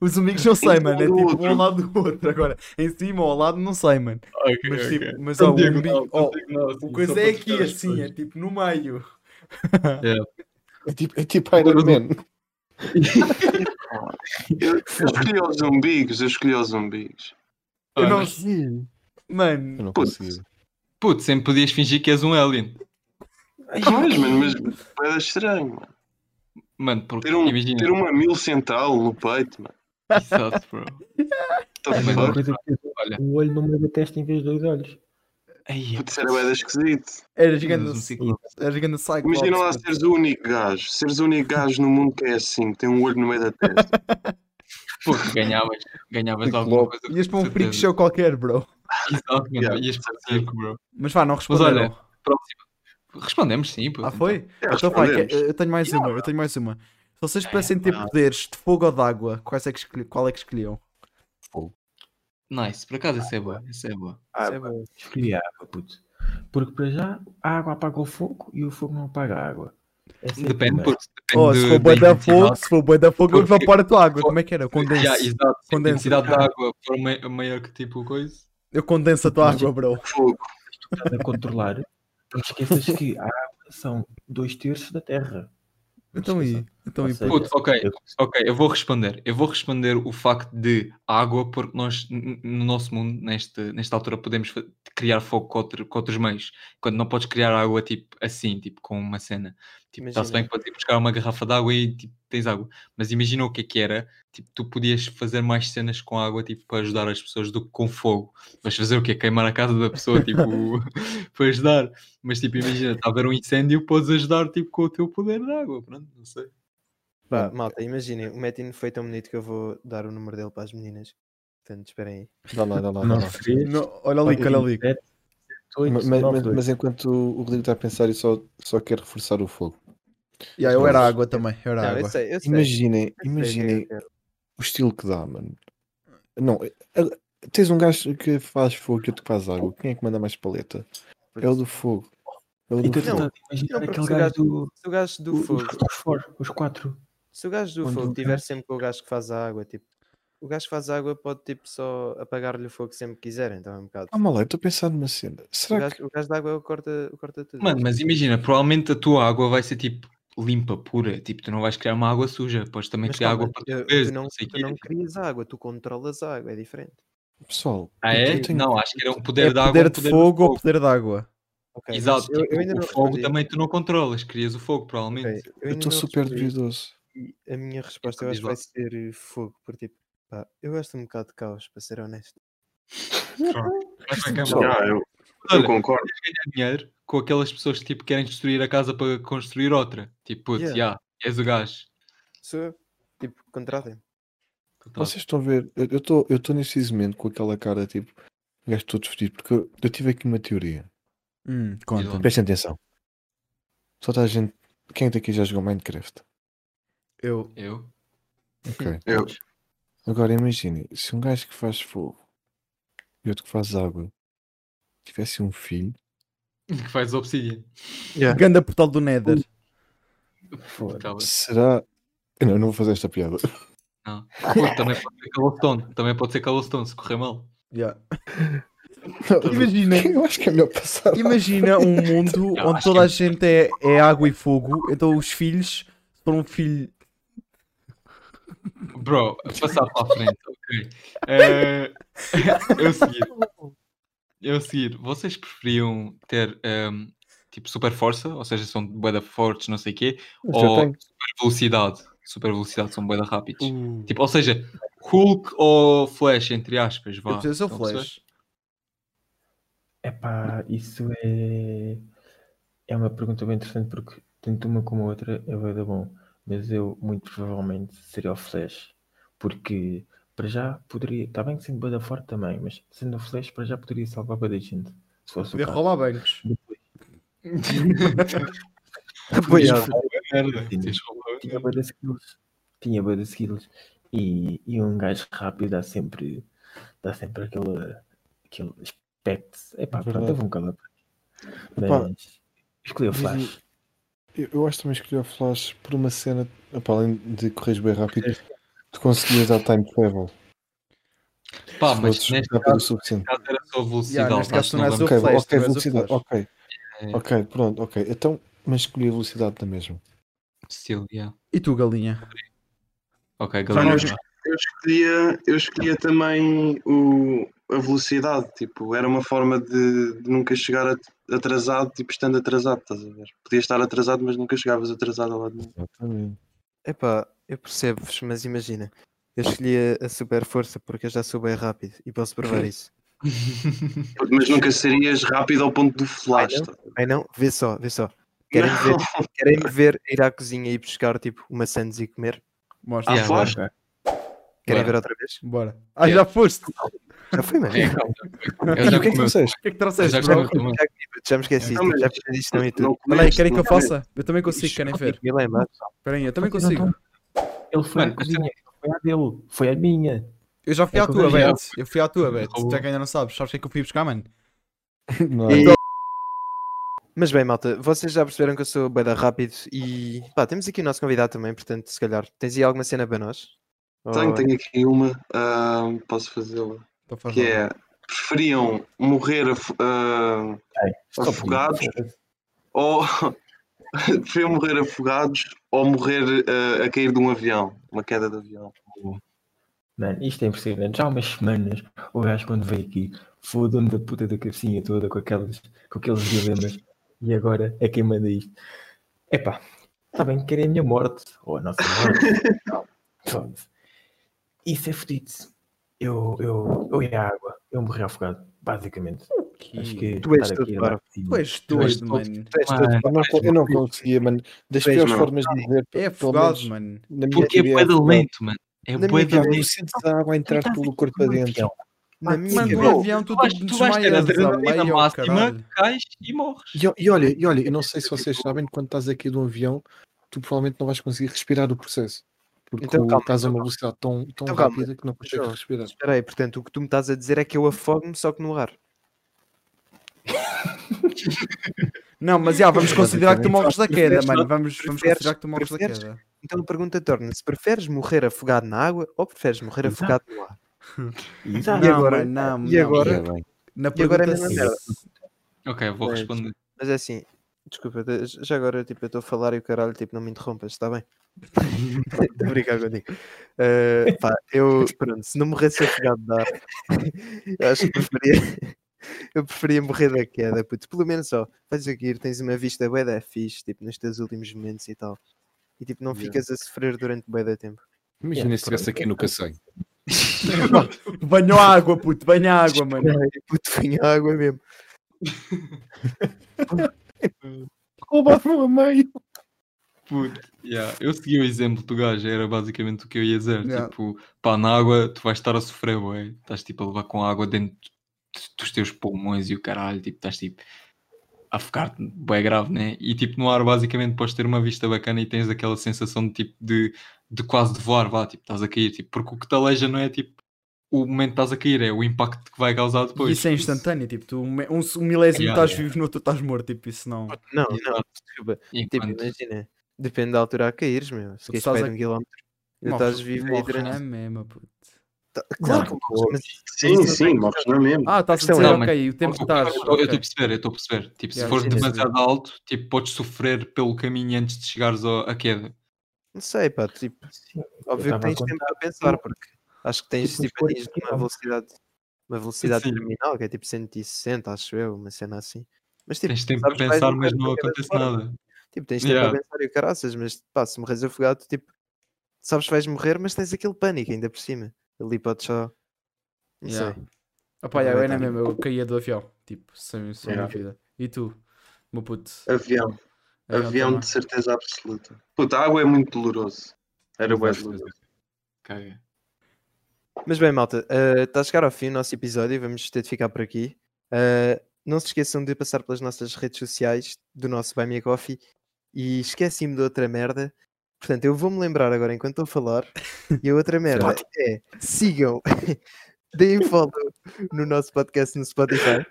[SPEAKER 3] os umbigos não sei, mano. É
[SPEAKER 5] Um do
[SPEAKER 3] tipo um ao
[SPEAKER 5] outro.
[SPEAKER 3] lado do outro. Agora, em cima ou ao lado, não sei, mano.
[SPEAKER 4] Ok,
[SPEAKER 3] Mas
[SPEAKER 4] ok. Então
[SPEAKER 3] tipo, mas ó,
[SPEAKER 4] São
[SPEAKER 3] o
[SPEAKER 4] diagonal,
[SPEAKER 3] umbigo.
[SPEAKER 4] são
[SPEAKER 3] ó,
[SPEAKER 4] diagonal, assim,
[SPEAKER 3] a
[SPEAKER 4] só
[SPEAKER 3] coisa
[SPEAKER 4] para
[SPEAKER 3] é
[SPEAKER 4] tocar
[SPEAKER 3] aqui
[SPEAKER 4] as
[SPEAKER 3] assim, é
[SPEAKER 4] coisas.
[SPEAKER 3] tipo no meio.
[SPEAKER 2] É tipo, é tipo Iron Man.
[SPEAKER 5] Eu, eu escolhi os umbigos, eu escolhi os umbigos.
[SPEAKER 3] Eu não
[SPEAKER 4] Ah,
[SPEAKER 3] sei. Mano,
[SPEAKER 2] Eu não
[SPEAKER 5] Putz.
[SPEAKER 2] consigo.
[SPEAKER 4] Putz, sempre podias fingir que és um alien.
[SPEAKER 5] Mas, mano, mas era estranho, mano.
[SPEAKER 4] Mano, porque
[SPEAKER 5] Ter um,
[SPEAKER 4] imagina.
[SPEAKER 5] ter um mamilo central no peito, mano.
[SPEAKER 4] Exato, bro.
[SPEAKER 5] What the
[SPEAKER 6] Mas uma
[SPEAKER 5] fuck?
[SPEAKER 6] coisa que
[SPEAKER 4] Olha.
[SPEAKER 6] um olho no meio da testa em vez de dois olhos.
[SPEAKER 4] Ai, é,
[SPEAKER 5] Putz, era bem esquisito.
[SPEAKER 3] era
[SPEAKER 4] um
[SPEAKER 3] gigante. assim,
[SPEAKER 4] ciclo.
[SPEAKER 3] Era gigante Cyclops.
[SPEAKER 5] Imagina lá
[SPEAKER 3] puto.
[SPEAKER 5] seres o único gajo. Seres o único gajo no mundo que é assim, que tem um olho no meio da testa.
[SPEAKER 4] Pô, ganhavas, ganhavas alguma
[SPEAKER 2] Ciclope.
[SPEAKER 4] coisa.
[SPEAKER 3] Ias para
[SPEAKER 4] com
[SPEAKER 3] um freak
[SPEAKER 4] certeza.
[SPEAKER 3] show qualquer, bro.
[SPEAKER 4] Exato, mano.
[SPEAKER 5] Yeah.
[SPEAKER 4] Ias para o circo, bro.
[SPEAKER 3] Mas vá, não responderam.
[SPEAKER 4] olha, Respondemos sim, pô.
[SPEAKER 3] ah, foi?
[SPEAKER 5] É,
[SPEAKER 3] Então vai, que-
[SPEAKER 5] respondemos.
[SPEAKER 3] eu tenho mais uma, eu tenho mais uma. Se vocês pudessem ter poderes de fogo ou de água, quais é que escolhi- qual é que escolhiam?
[SPEAKER 4] Nice, por acaso essa é boa. Essa é boa.
[SPEAKER 1] Isso é bom.
[SPEAKER 6] Escolhi a água, puto. Porque para já a água apaga o fogo e o fogo não apaga a água. Essa é a primeira.
[SPEAKER 4] Depende, porque depende
[SPEAKER 3] Oh, se for boi da fogo, se for boi da fogo, eu
[SPEAKER 4] Porque-
[SPEAKER 3] evaporo a tua água. Como é que era? Eu
[SPEAKER 4] Condensa.
[SPEAKER 3] condenso.
[SPEAKER 4] exato. Se a
[SPEAKER 3] Condensa.
[SPEAKER 4] intensidade da água for mai- maior que tipo coisa.
[SPEAKER 3] Eu condenso a tua água, bro.
[SPEAKER 5] Fogo.
[SPEAKER 6] Estás a controlar. Não te esqueças que a água são dois terços da terra. Não te
[SPEAKER 3] Então
[SPEAKER 6] esqueças.
[SPEAKER 3] e? Então e?
[SPEAKER 6] Ou seja,
[SPEAKER 4] Putz, ok,
[SPEAKER 6] eu-
[SPEAKER 4] ok, eu vou responder. Eu vou responder o facto de água, porque nós, n- n- no nosso mundo, neste, nesta altura, podemos fa- criar fogo com, outro- com outros meios. Quando não podes criar água, tipo, assim, tipo, com uma cena. Tipo, está-se bem
[SPEAKER 1] Imagina.
[SPEAKER 4] que podes ir buscar uma garrafa de água e, tipo, tens água. Mas imagina o que é que era, tipo, tu podias fazer mais cenas com água, tipo, para ajudar as pessoas do que com fogo. Vais fazer o quê? Queimar a casa da pessoa, tipo, para ajudar. Mas, tipo, imagina, está a haver um incêndio, podes ajudar, tipo, com o teu poder de água, pronto, não sei.
[SPEAKER 1] Pá, malta, imaginem, o Metin foi tão bonito que eu vou dar o número dele para as meninas. Portanto, esperem aí.
[SPEAKER 2] Dá lá, dá lá. Dá
[SPEAKER 6] Não,
[SPEAKER 2] lá.
[SPEAKER 3] Não, olha ali, olha ali.
[SPEAKER 2] Mas, mas, mas enquanto o Rodrigo está a pensar, eu só, só quero reforçar o fogo.
[SPEAKER 3] Yeah, eu era água também, eu era
[SPEAKER 1] Não, eu
[SPEAKER 4] é
[SPEAKER 3] água.
[SPEAKER 1] sei, eu sei. Eu sei o
[SPEAKER 2] Imaginem,
[SPEAKER 1] que é que
[SPEAKER 2] imaginem
[SPEAKER 1] eu quero.
[SPEAKER 2] o estilo que dá, mano. Não, eh, tens um gajo que faz fogo e outro que faz água. Quem é que manda mais paleta? É o do fogo. É o do
[SPEAKER 6] Então,
[SPEAKER 2] fogo.
[SPEAKER 6] não, imaginar
[SPEAKER 1] não,
[SPEAKER 6] aquele
[SPEAKER 1] professor
[SPEAKER 6] gajo do.
[SPEAKER 1] Se o gajo do
[SPEAKER 6] Os,
[SPEAKER 1] fogo,
[SPEAKER 6] os, for, os quatro.
[SPEAKER 1] se o gajo do
[SPEAKER 6] Onde
[SPEAKER 2] um
[SPEAKER 1] fogo
[SPEAKER 6] o
[SPEAKER 1] tiver
[SPEAKER 6] gajo-
[SPEAKER 1] sempre com o gajo que faz a água, tipo, o gajo que faz a água pode tipo só apagar-lhe o fogo sempre que quiser, então é um bocado.
[SPEAKER 2] Ah, mal, eu estou a pensar numa cena.
[SPEAKER 1] O
[SPEAKER 2] Será que.
[SPEAKER 1] gajo, o gajo da água é o corta, o corta tudo.
[SPEAKER 4] Mano, mas imagina, provavelmente a tua água vai ser tipo limpa, pura. Tipo, tu não vais criar uma água suja. Podes também
[SPEAKER 1] Mas
[SPEAKER 4] criar
[SPEAKER 1] calma,
[SPEAKER 4] água para
[SPEAKER 1] tu,
[SPEAKER 4] beberes,
[SPEAKER 1] tu não,
[SPEAKER 4] não sei o
[SPEAKER 1] tu
[SPEAKER 4] quê.
[SPEAKER 1] não crias água, tu controlas a água, é diferente.
[SPEAKER 2] Pessoal.
[SPEAKER 4] Ah,
[SPEAKER 2] eu-
[SPEAKER 4] é?
[SPEAKER 2] eu tenho-
[SPEAKER 4] Não, acho que era um poder
[SPEAKER 3] É
[SPEAKER 4] de água.
[SPEAKER 3] poder
[SPEAKER 4] um
[SPEAKER 3] de fogo ou poder de água?
[SPEAKER 1] Ok, mas
[SPEAKER 4] Exato.
[SPEAKER 1] eu- eu
[SPEAKER 4] tipo,
[SPEAKER 1] ainda
[SPEAKER 4] o
[SPEAKER 1] não
[SPEAKER 4] fogo
[SPEAKER 1] respondi.
[SPEAKER 4] também tu não controlas, crias o fogo,
[SPEAKER 1] Ok,
[SPEAKER 4] provavelmente.
[SPEAKER 1] eu
[SPEAKER 2] Eu
[SPEAKER 1] ainda
[SPEAKER 2] estou
[SPEAKER 1] não
[SPEAKER 2] super
[SPEAKER 1] respondi.
[SPEAKER 2] duvidoso.
[SPEAKER 1] E a
[SPEAKER 4] É
[SPEAKER 1] minha resposta eu acho que vai ser eh, fogo, porque tipo, pá, eu gosto um bocado de caos, para ser honesto.
[SPEAKER 4] Vais para a cama.
[SPEAKER 5] Já, eu, eu
[SPEAKER 4] Olha,
[SPEAKER 5] concordo.
[SPEAKER 4] ganhar dinheiro com aquelas pessoas que tipo, querem destruir a casa para construir outra. Tipo, putz, já,
[SPEAKER 1] Yeah.
[SPEAKER 4] és o gajo.
[SPEAKER 1] Sou eu, tipo, contratem-me.
[SPEAKER 4] Total.
[SPEAKER 2] Vocês estão a ver? Eu estou eu estou nesse momento com aquela cara tipo. Gajo todo fedido, porque eu, eu tive aqui uma teoria.
[SPEAKER 3] Hum, conta.
[SPEAKER 2] Prestem atenção. é Só está a gente. Quem daqui já jogou Minecraft?
[SPEAKER 3] Eu,
[SPEAKER 4] Eu?
[SPEAKER 2] Ok.
[SPEAKER 5] Eu.
[SPEAKER 2] Agora imaginem, se um gajo que faz fogo e outro que faz água tivesse um filho,
[SPEAKER 4] Que faz obsidian.
[SPEAKER 3] Ganda portal do Nether.
[SPEAKER 4] Uh.
[SPEAKER 6] Foda.
[SPEAKER 4] Acaba.
[SPEAKER 2] será. Eu Não, eu não vou fazer esta piada.
[SPEAKER 4] Não. Pô, também pode ser Calostone. Também pode ser Calostone, se correr mal.
[SPEAKER 3] Yeah.
[SPEAKER 2] Imagina. Eu acho que é melhor passar.
[SPEAKER 3] Imagina um mundo
[SPEAKER 4] Eu
[SPEAKER 3] onde
[SPEAKER 4] acho
[SPEAKER 3] toda
[SPEAKER 4] que-
[SPEAKER 3] a gente é, é água e fogo, então os filhos, se for um filho.
[SPEAKER 4] Bro, passar para a frente, ok. Eh, é o seguinte. É o seguinte, vocês preferiam ter ehm, tipo super força, ou seja, são boeda fortes, não sei o quê,
[SPEAKER 2] Já
[SPEAKER 4] ou
[SPEAKER 2] tenho.
[SPEAKER 4] super velocidade? Super velocidade são boeda rápidos.
[SPEAKER 5] Hum.
[SPEAKER 3] Hum.
[SPEAKER 4] Tipo, ou seja, Hulk ou Flash, entre aspas,
[SPEAKER 3] Eu
[SPEAKER 4] vá. então
[SPEAKER 3] preciso ser o
[SPEAKER 4] Estão a perceber?
[SPEAKER 3] Flash.
[SPEAKER 6] Epá, isso é... É uma pergunta bem interessante porque tanto uma como a outra é bem bom. Mas eu, muito provavelmente, seria o Flash. Porque, para já, poderia... Está bem que sendo bada forte também, mas sendo o Flash, para já poderia salvar bada gente. Se fosse o
[SPEAKER 3] Poder
[SPEAKER 6] caso.
[SPEAKER 3] roubar bancos.
[SPEAKER 1] Apoiado.
[SPEAKER 4] Merda,
[SPEAKER 6] Sim.
[SPEAKER 4] tens razão.
[SPEAKER 6] Tinha bué de skills. Tinha bué de skills. E, e um gajo rápido dá sempre, dá sempre aquele, aquele aspecto. Epá, pronto, eu vou me calar.
[SPEAKER 2] Epá.
[SPEAKER 6] Mas escolhi o Flash.
[SPEAKER 2] Eu, eu acho que também escolhi o Flash por uma cena, opa, além de correr bem rápido, tu conseguias dar time travel.
[SPEAKER 4] Pá,
[SPEAKER 2] Se
[SPEAKER 4] Ah, mas
[SPEAKER 2] fosses
[SPEAKER 4] neste
[SPEAKER 2] rápido o suficiente.
[SPEAKER 4] caso era só velocidade.
[SPEAKER 3] Yeah, neste
[SPEAKER 4] pá,
[SPEAKER 3] caso
[SPEAKER 4] se
[SPEAKER 3] não é
[SPEAKER 4] não
[SPEAKER 3] só-
[SPEAKER 2] Ok,
[SPEAKER 3] o Flash,
[SPEAKER 2] ok,
[SPEAKER 3] tu és o
[SPEAKER 2] velocidade,
[SPEAKER 3] Flash.
[SPEAKER 2] ok.
[SPEAKER 4] É.
[SPEAKER 2] Ok, pronto, ok. Então, mas escolhi a velocidade da mesma.
[SPEAKER 4] Still, yeah.
[SPEAKER 3] E tu, galinha?
[SPEAKER 4] Ok,
[SPEAKER 5] não,
[SPEAKER 4] galera. É,
[SPEAKER 5] mas- Eu escolhia, eu escolhia também o, a velocidade, tipo, era uma forma de, de nunca chegar a- atrasado, tipo, estando atrasado, estás a ver? Podias estar atrasado, mas nunca chegavas atrasado a lado nenhum.
[SPEAKER 2] Exatamente.
[SPEAKER 1] Epá, eu percebo-vos, mas imagina. Eu escolhi a- a super força porque eu já sou bem rápido e posso provar isso.
[SPEAKER 5] Mas nunca serias rápido ao ponto do flash.
[SPEAKER 1] Ai, não.
[SPEAKER 5] tá?
[SPEAKER 1] Ai não? Vê só, vê só. Querem ver, querem ver ir à cozinha e buscar tipo uma sandes e comer?
[SPEAKER 3] Mostra.
[SPEAKER 5] Ah,
[SPEAKER 4] Yeah,
[SPEAKER 5] flash?
[SPEAKER 6] ok.
[SPEAKER 1] Querem
[SPEAKER 4] Bora.
[SPEAKER 1] ver outra vez?
[SPEAKER 3] Bora. Ah, já foste! O
[SPEAKER 1] Já foi, mano.
[SPEAKER 4] É,
[SPEAKER 1] Já,
[SPEAKER 4] calma.
[SPEAKER 2] E
[SPEAKER 4] Eu já
[SPEAKER 2] o que é que
[SPEAKER 4] comeu.
[SPEAKER 2] vocês?
[SPEAKER 3] que é que trouxeste,
[SPEAKER 4] Eu já
[SPEAKER 3] bro?
[SPEAKER 4] comi também.
[SPEAKER 1] já me esqueci. tipo,
[SPEAKER 5] Não, mas-
[SPEAKER 1] Já fiz isto não e tudo.
[SPEAKER 5] Não
[SPEAKER 3] é Olha aí,
[SPEAKER 5] comeste,
[SPEAKER 3] querem que eu
[SPEAKER 5] não comeste.
[SPEAKER 3] faça? Eu também consigo, querem ver?
[SPEAKER 1] Me lembro.
[SPEAKER 3] Esperem, eu também
[SPEAKER 6] Vocês
[SPEAKER 4] então
[SPEAKER 6] não
[SPEAKER 3] consigo.
[SPEAKER 6] estão- Ele foi
[SPEAKER 4] Mano,
[SPEAKER 6] à cozinha, foi à dele, foi à minha.
[SPEAKER 3] Eu já fui
[SPEAKER 6] É
[SPEAKER 3] à
[SPEAKER 6] que eu
[SPEAKER 3] tua,
[SPEAKER 6] vou-
[SPEAKER 3] Beto. Eu fui à tua, Beto.
[SPEAKER 4] Roubou.
[SPEAKER 3] Já que ainda não sabes, sabes o que é que eu fui buscar, mano?
[SPEAKER 2] Não,
[SPEAKER 1] E- Mas bem, malta, vocês já perceberam que eu sou bada rápido e pá, temos aqui o nosso convidado também, portanto, se calhar, tens aí alguma cena para nós?
[SPEAKER 5] Tenho,
[SPEAKER 1] Ou-
[SPEAKER 5] tenho aqui uma, ah, posso fazê-la.
[SPEAKER 3] Então faz
[SPEAKER 5] que
[SPEAKER 3] lá.
[SPEAKER 5] é preferiam morrer afo- ah, afogados ou preferiam morrer afogados ou morrer ah, a cair de um avião, uma queda de avião.
[SPEAKER 6] Mano, isto é impressionante. Já há umas semanas, o gajo quando veio aqui, fodou-me da puta da cabecinha toda com, aquelas, com aqueles dilemas. E agora é quem manda isto. Epá, está bem que querem a minha morte, ou a nossa morte. Pronto. Isso é fodido. Eu, eu, eu ia à água, eu morri afogado, basicamente. Acho que
[SPEAKER 1] Tu és
[SPEAKER 6] estar
[SPEAKER 1] todo
[SPEAKER 6] aqui é lá
[SPEAKER 1] parvo.
[SPEAKER 6] por cima-
[SPEAKER 3] Tu és
[SPEAKER 4] Tu
[SPEAKER 3] doido,
[SPEAKER 4] és todo-
[SPEAKER 3] mano.
[SPEAKER 1] Tu és todo
[SPEAKER 4] Ah,
[SPEAKER 2] eu não, co- eu não conseguia, mano. Das
[SPEAKER 1] Pois,
[SPEAKER 2] piores
[SPEAKER 5] mano.
[SPEAKER 2] formas de dizer.
[SPEAKER 3] É
[SPEAKER 2] pelo
[SPEAKER 3] afogado,
[SPEAKER 2] menos
[SPEAKER 3] mano.
[SPEAKER 2] na minha
[SPEAKER 4] Porque é
[SPEAKER 2] vida,
[SPEAKER 4] boeda
[SPEAKER 2] afogado.
[SPEAKER 4] lento, mano. É
[SPEAKER 1] Na
[SPEAKER 4] boeda
[SPEAKER 1] minha vida,
[SPEAKER 2] Tu
[SPEAKER 4] lento.
[SPEAKER 2] sentes a água a entrar pelo corpo para dentro.
[SPEAKER 1] Na minha
[SPEAKER 3] Mano,
[SPEAKER 1] vida.
[SPEAKER 3] do avião tu
[SPEAKER 4] Tu vais, tu vais ter
[SPEAKER 3] desmaias a
[SPEAKER 4] adrenalina
[SPEAKER 3] meio, ao caralho.
[SPEAKER 4] máxima, cais e morres.
[SPEAKER 2] E, o- e olha, e olha, eu não sei se vocês sabem, quando estás aqui de um avião, tu provavelmente não vais conseguir respirar o processo. Porque
[SPEAKER 1] Então, calma,
[SPEAKER 2] estás a
[SPEAKER 1] então,
[SPEAKER 2] uma velocidade tão, tão
[SPEAKER 1] Então, calma.
[SPEAKER 2] rápida que não consegues
[SPEAKER 1] Então,
[SPEAKER 2] respirar.
[SPEAKER 1] Espera aí, portanto, o que tu me estás a dizer é que eu afogo-me só que no ar.
[SPEAKER 3] Não, mas já, vamos considerar que tu morres da queda,
[SPEAKER 1] Preferes-
[SPEAKER 3] mano. Vamos, vamos
[SPEAKER 1] preferes-
[SPEAKER 3] considerar que tu morres da
[SPEAKER 1] preferes-
[SPEAKER 3] queda.
[SPEAKER 1] Então a pergunta torna-se: preferes morrer afogado na água ou preferes morrer
[SPEAKER 6] Exato.
[SPEAKER 1] afogado no ar?
[SPEAKER 6] Exato.
[SPEAKER 1] E
[SPEAKER 3] Não,
[SPEAKER 1] agora?
[SPEAKER 3] mano, não,
[SPEAKER 1] E
[SPEAKER 3] não.
[SPEAKER 1] agora?
[SPEAKER 2] É, bem.
[SPEAKER 3] Na
[SPEAKER 1] E agora é a mesma
[SPEAKER 3] pergunta sim.
[SPEAKER 1] merda.
[SPEAKER 4] Ok, é, vou
[SPEAKER 1] Mas-
[SPEAKER 4] responder.
[SPEAKER 1] Mas é assim, desculpa, de- já agora tipo, eu estou a falar e o caralho tipo, não me interrompas, está bem? Estou a brincar contigo. Eh, pá, eu, pronto, se não morresse afogado de ar, eu acho que preferia, eu preferia morrer da queda, puto. Pelo menos só, vais aqui, tens uma vista bué da fixe, tipo, nos teus últimos momentos e tal. E tipo, não ficas a sofrer durante bué da tempo.
[SPEAKER 6] Imagina
[SPEAKER 2] se estivesse aqui no cacém.
[SPEAKER 1] tipo,
[SPEAKER 3] Banho a água, puto, banho a água, mano.
[SPEAKER 1] Ai, puto, vinha a água mesmo.
[SPEAKER 2] Roubar meu meio.
[SPEAKER 4] Puto, yeah, Eu segui o exemplo do gajo, era basicamente o que eu ia dizer.
[SPEAKER 3] Yeah.
[SPEAKER 4] Tipo, pá, na água tu vais estar a sofrer, ué. Estás tipo a levar com água dentro de- dos teus pulmões e o caralho, tipo, estás tipo. a ficar-te bem grave, né? E tipo, no ar, basicamente, podes ter uma vista bacana e tens aquela sensação de tipo de, de quase de voar, vá, tipo, estás a cair, tipo, porque o que te aleja não é tipo o momento que estás a cair, é o impacto que vai causar depois.
[SPEAKER 3] E isso é instantâneo, tipo, tu um, um um milésimo
[SPEAKER 4] Yeah,
[SPEAKER 3] estás
[SPEAKER 4] yeah.
[SPEAKER 3] vivo, no outro estás morto, tipo, isso não.
[SPEAKER 1] Não,
[SPEAKER 4] Exato.
[SPEAKER 1] não, desculpa. Tipo,
[SPEAKER 4] Enquanto-
[SPEAKER 1] imagina, depende da altura a caíres, meu. Se
[SPEAKER 3] Tu
[SPEAKER 1] queres
[SPEAKER 3] estás
[SPEAKER 1] perder
[SPEAKER 3] a-
[SPEAKER 1] um quilómetro, ainda
[SPEAKER 3] Morres-
[SPEAKER 1] estás vivo e
[SPEAKER 3] morres
[SPEAKER 4] né?
[SPEAKER 1] drenado.
[SPEAKER 3] na mesma, puto.
[SPEAKER 1] Tá- Claro que morres, mas
[SPEAKER 5] Sim, sim, morres não é mesmo.
[SPEAKER 3] Ah, estás a
[SPEAKER 1] questão
[SPEAKER 3] dizer,
[SPEAKER 1] é-
[SPEAKER 4] Não, mas-
[SPEAKER 3] ok, o tempo que
[SPEAKER 4] Eu
[SPEAKER 3] estás.
[SPEAKER 4] estou eu
[SPEAKER 3] ok.
[SPEAKER 4] estou a perceber, eu estou a perceber. Tipo, se
[SPEAKER 3] Yeah,
[SPEAKER 4] fores
[SPEAKER 3] sim, sim, sim.
[SPEAKER 4] demasiado alto, tipo, podes sofrer pelo caminho antes de chegares ao- à
[SPEAKER 3] Tipo,
[SPEAKER 4] queda.
[SPEAKER 1] não sei, pá, tipo,
[SPEAKER 6] Sim,
[SPEAKER 1] óbvio
[SPEAKER 6] estava a
[SPEAKER 1] que tens
[SPEAKER 6] contar.
[SPEAKER 1] tempo para pensar, porque acho que tens
[SPEAKER 6] Tipo, uns
[SPEAKER 1] tipo, atingir
[SPEAKER 6] 40
[SPEAKER 1] uma velocidade, uma velocidade
[SPEAKER 4] Sim.
[SPEAKER 1] terminal, que é tipo 160, acho eu, uma cena assim. Mas tipo,
[SPEAKER 4] Tens tempo para
[SPEAKER 1] sabes, vais
[SPEAKER 4] pensar,
[SPEAKER 1] morrer
[SPEAKER 4] mas
[SPEAKER 3] é
[SPEAKER 1] de
[SPEAKER 4] não
[SPEAKER 1] qualquer
[SPEAKER 4] acontece
[SPEAKER 1] forma.
[SPEAKER 4] nada.
[SPEAKER 1] Tipo, tens tempo
[SPEAKER 4] Yeah.
[SPEAKER 1] a pensar e o caraças, mas pá, se morres afogado, tipo, sabes que vais morrer, mas tens aquele pânico ainda por cima. Ali podes só. Não
[SPEAKER 3] Yeah.
[SPEAKER 1] sei.
[SPEAKER 3] Opa, yeah, eu
[SPEAKER 1] Aproveitar.
[SPEAKER 3] era é mesmo, eu caía do avião, tipo, sem, sem
[SPEAKER 5] Yeah.
[SPEAKER 3] dúvida. E tu, meu puto?
[SPEAKER 5] Avião, Ah. avião
[SPEAKER 3] também.
[SPEAKER 5] de certeza absoluta. Puta, a água é muito doloroso. Era bué doloroso.
[SPEAKER 4] Caga.
[SPEAKER 1] Mas bem, malta, eh, está a chegar ao fim o nosso episódio, vamos ter de ficar por aqui. Eh, não se esqueçam de passar pelas nossas redes sociais, do nosso Buy Me a Coffee. E esqueci-me de outra merda. Portanto, eu vou-me lembrar agora enquanto estou a falar. E a outra merda é: sigam, deem follow no nosso podcast no Spotify.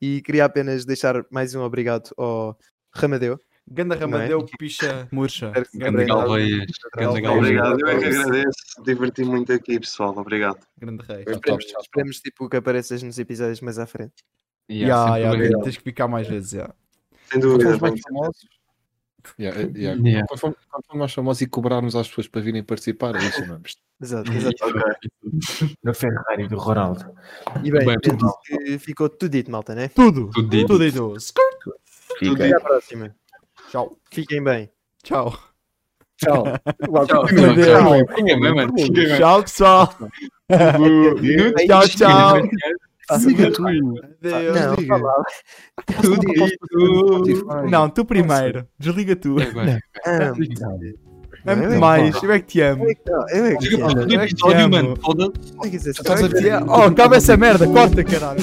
[SPEAKER 1] E queria apenas deixar mais um obrigado ao Ramadeu.
[SPEAKER 3] Ganda Ramadeu, picha, murcha.
[SPEAKER 1] Espero que
[SPEAKER 3] Grande,
[SPEAKER 1] tenha
[SPEAKER 3] rei,
[SPEAKER 1] gostado.
[SPEAKER 4] Galveias. Grande
[SPEAKER 3] Obrigado.
[SPEAKER 5] Obrigado,
[SPEAKER 4] Galveias.
[SPEAKER 5] eu é que agradeço. Diverti muito aqui, pessoal. Obrigado.
[SPEAKER 3] grande rei.
[SPEAKER 1] Esperemos, esperemos, tipo, que apareças nos episódios mais à frente.
[SPEAKER 4] Yeah,
[SPEAKER 3] Yeah,
[SPEAKER 4] sempre
[SPEAKER 3] yeah,
[SPEAKER 4] obrigado.
[SPEAKER 3] tens que ficar mais vezes, yeah.
[SPEAKER 5] Sem
[SPEAKER 2] Quando
[SPEAKER 5] dúvida.
[SPEAKER 2] fomos
[SPEAKER 5] vamos-
[SPEAKER 2] mais famosos. Yeah, eh, yeah.
[SPEAKER 4] Yeah.
[SPEAKER 2] Quando, fomos, quando fomos mais famosos e cobrarmos às pessoas para virem participar, é isso, mano.
[SPEAKER 1] Exato,
[SPEAKER 4] Isso,
[SPEAKER 1] exato.
[SPEAKER 6] No Ferrari do Ronaldo.
[SPEAKER 1] E bem,
[SPEAKER 4] Bem,
[SPEAKER 1] penso que ficou tudo dito, malta, né?
[SPEAKER 3] Tudo,
[SPEAKER 4] Tudo dito.
[SPEAKER 3] tudo dito. Skrrt.
[SPEAKER 5] Tudo
[SPEAKER 1] Até à próxima.
[SPEAKER 3] Tchau,
[SPEAKER 1] Fiquem bem.
[SPEAKER 3] tchau.
[SPEAKER 2] Tchau.
[SPEAKER 4] Tchau.
[SPEAKER 3] Meu Deus.
[SPEAKER 4] Fiquem bem, mano. Fiquem bem.
[SPEAKER 3] Tchau, pessoal. Tchau, tchau.
[SPEAKER 2] Siga tu.
[SPEAKER 3] Adeus.
[SPEAKER 1] Não,
[SPEAKER 2] Diga.
[SPEAKER 4] Tudo dito.
[SPEAKER 3] Não, tu primeiro. Desliga tu.
[SPEAKER 4] É, vai.
[SPEAKER 1] Ah,
[SPEAKER 3] Amo-te mais. Eu é que te amo.
[SPEAKER 1] eu é que- eu é que-
[SPEAKER 4] Tudo
[SPEAKER 3] eu
[SPEAKER 4] episódio,
[SPEAKER 3] amo.
[SPEAKER 4] mano. Foda-se.
[SPEAKER 1] eu é que-
[SPEAKER 2] Estás a ver?
[SPEAKER 3] Oh, acaba essa merda. Corta, caralho.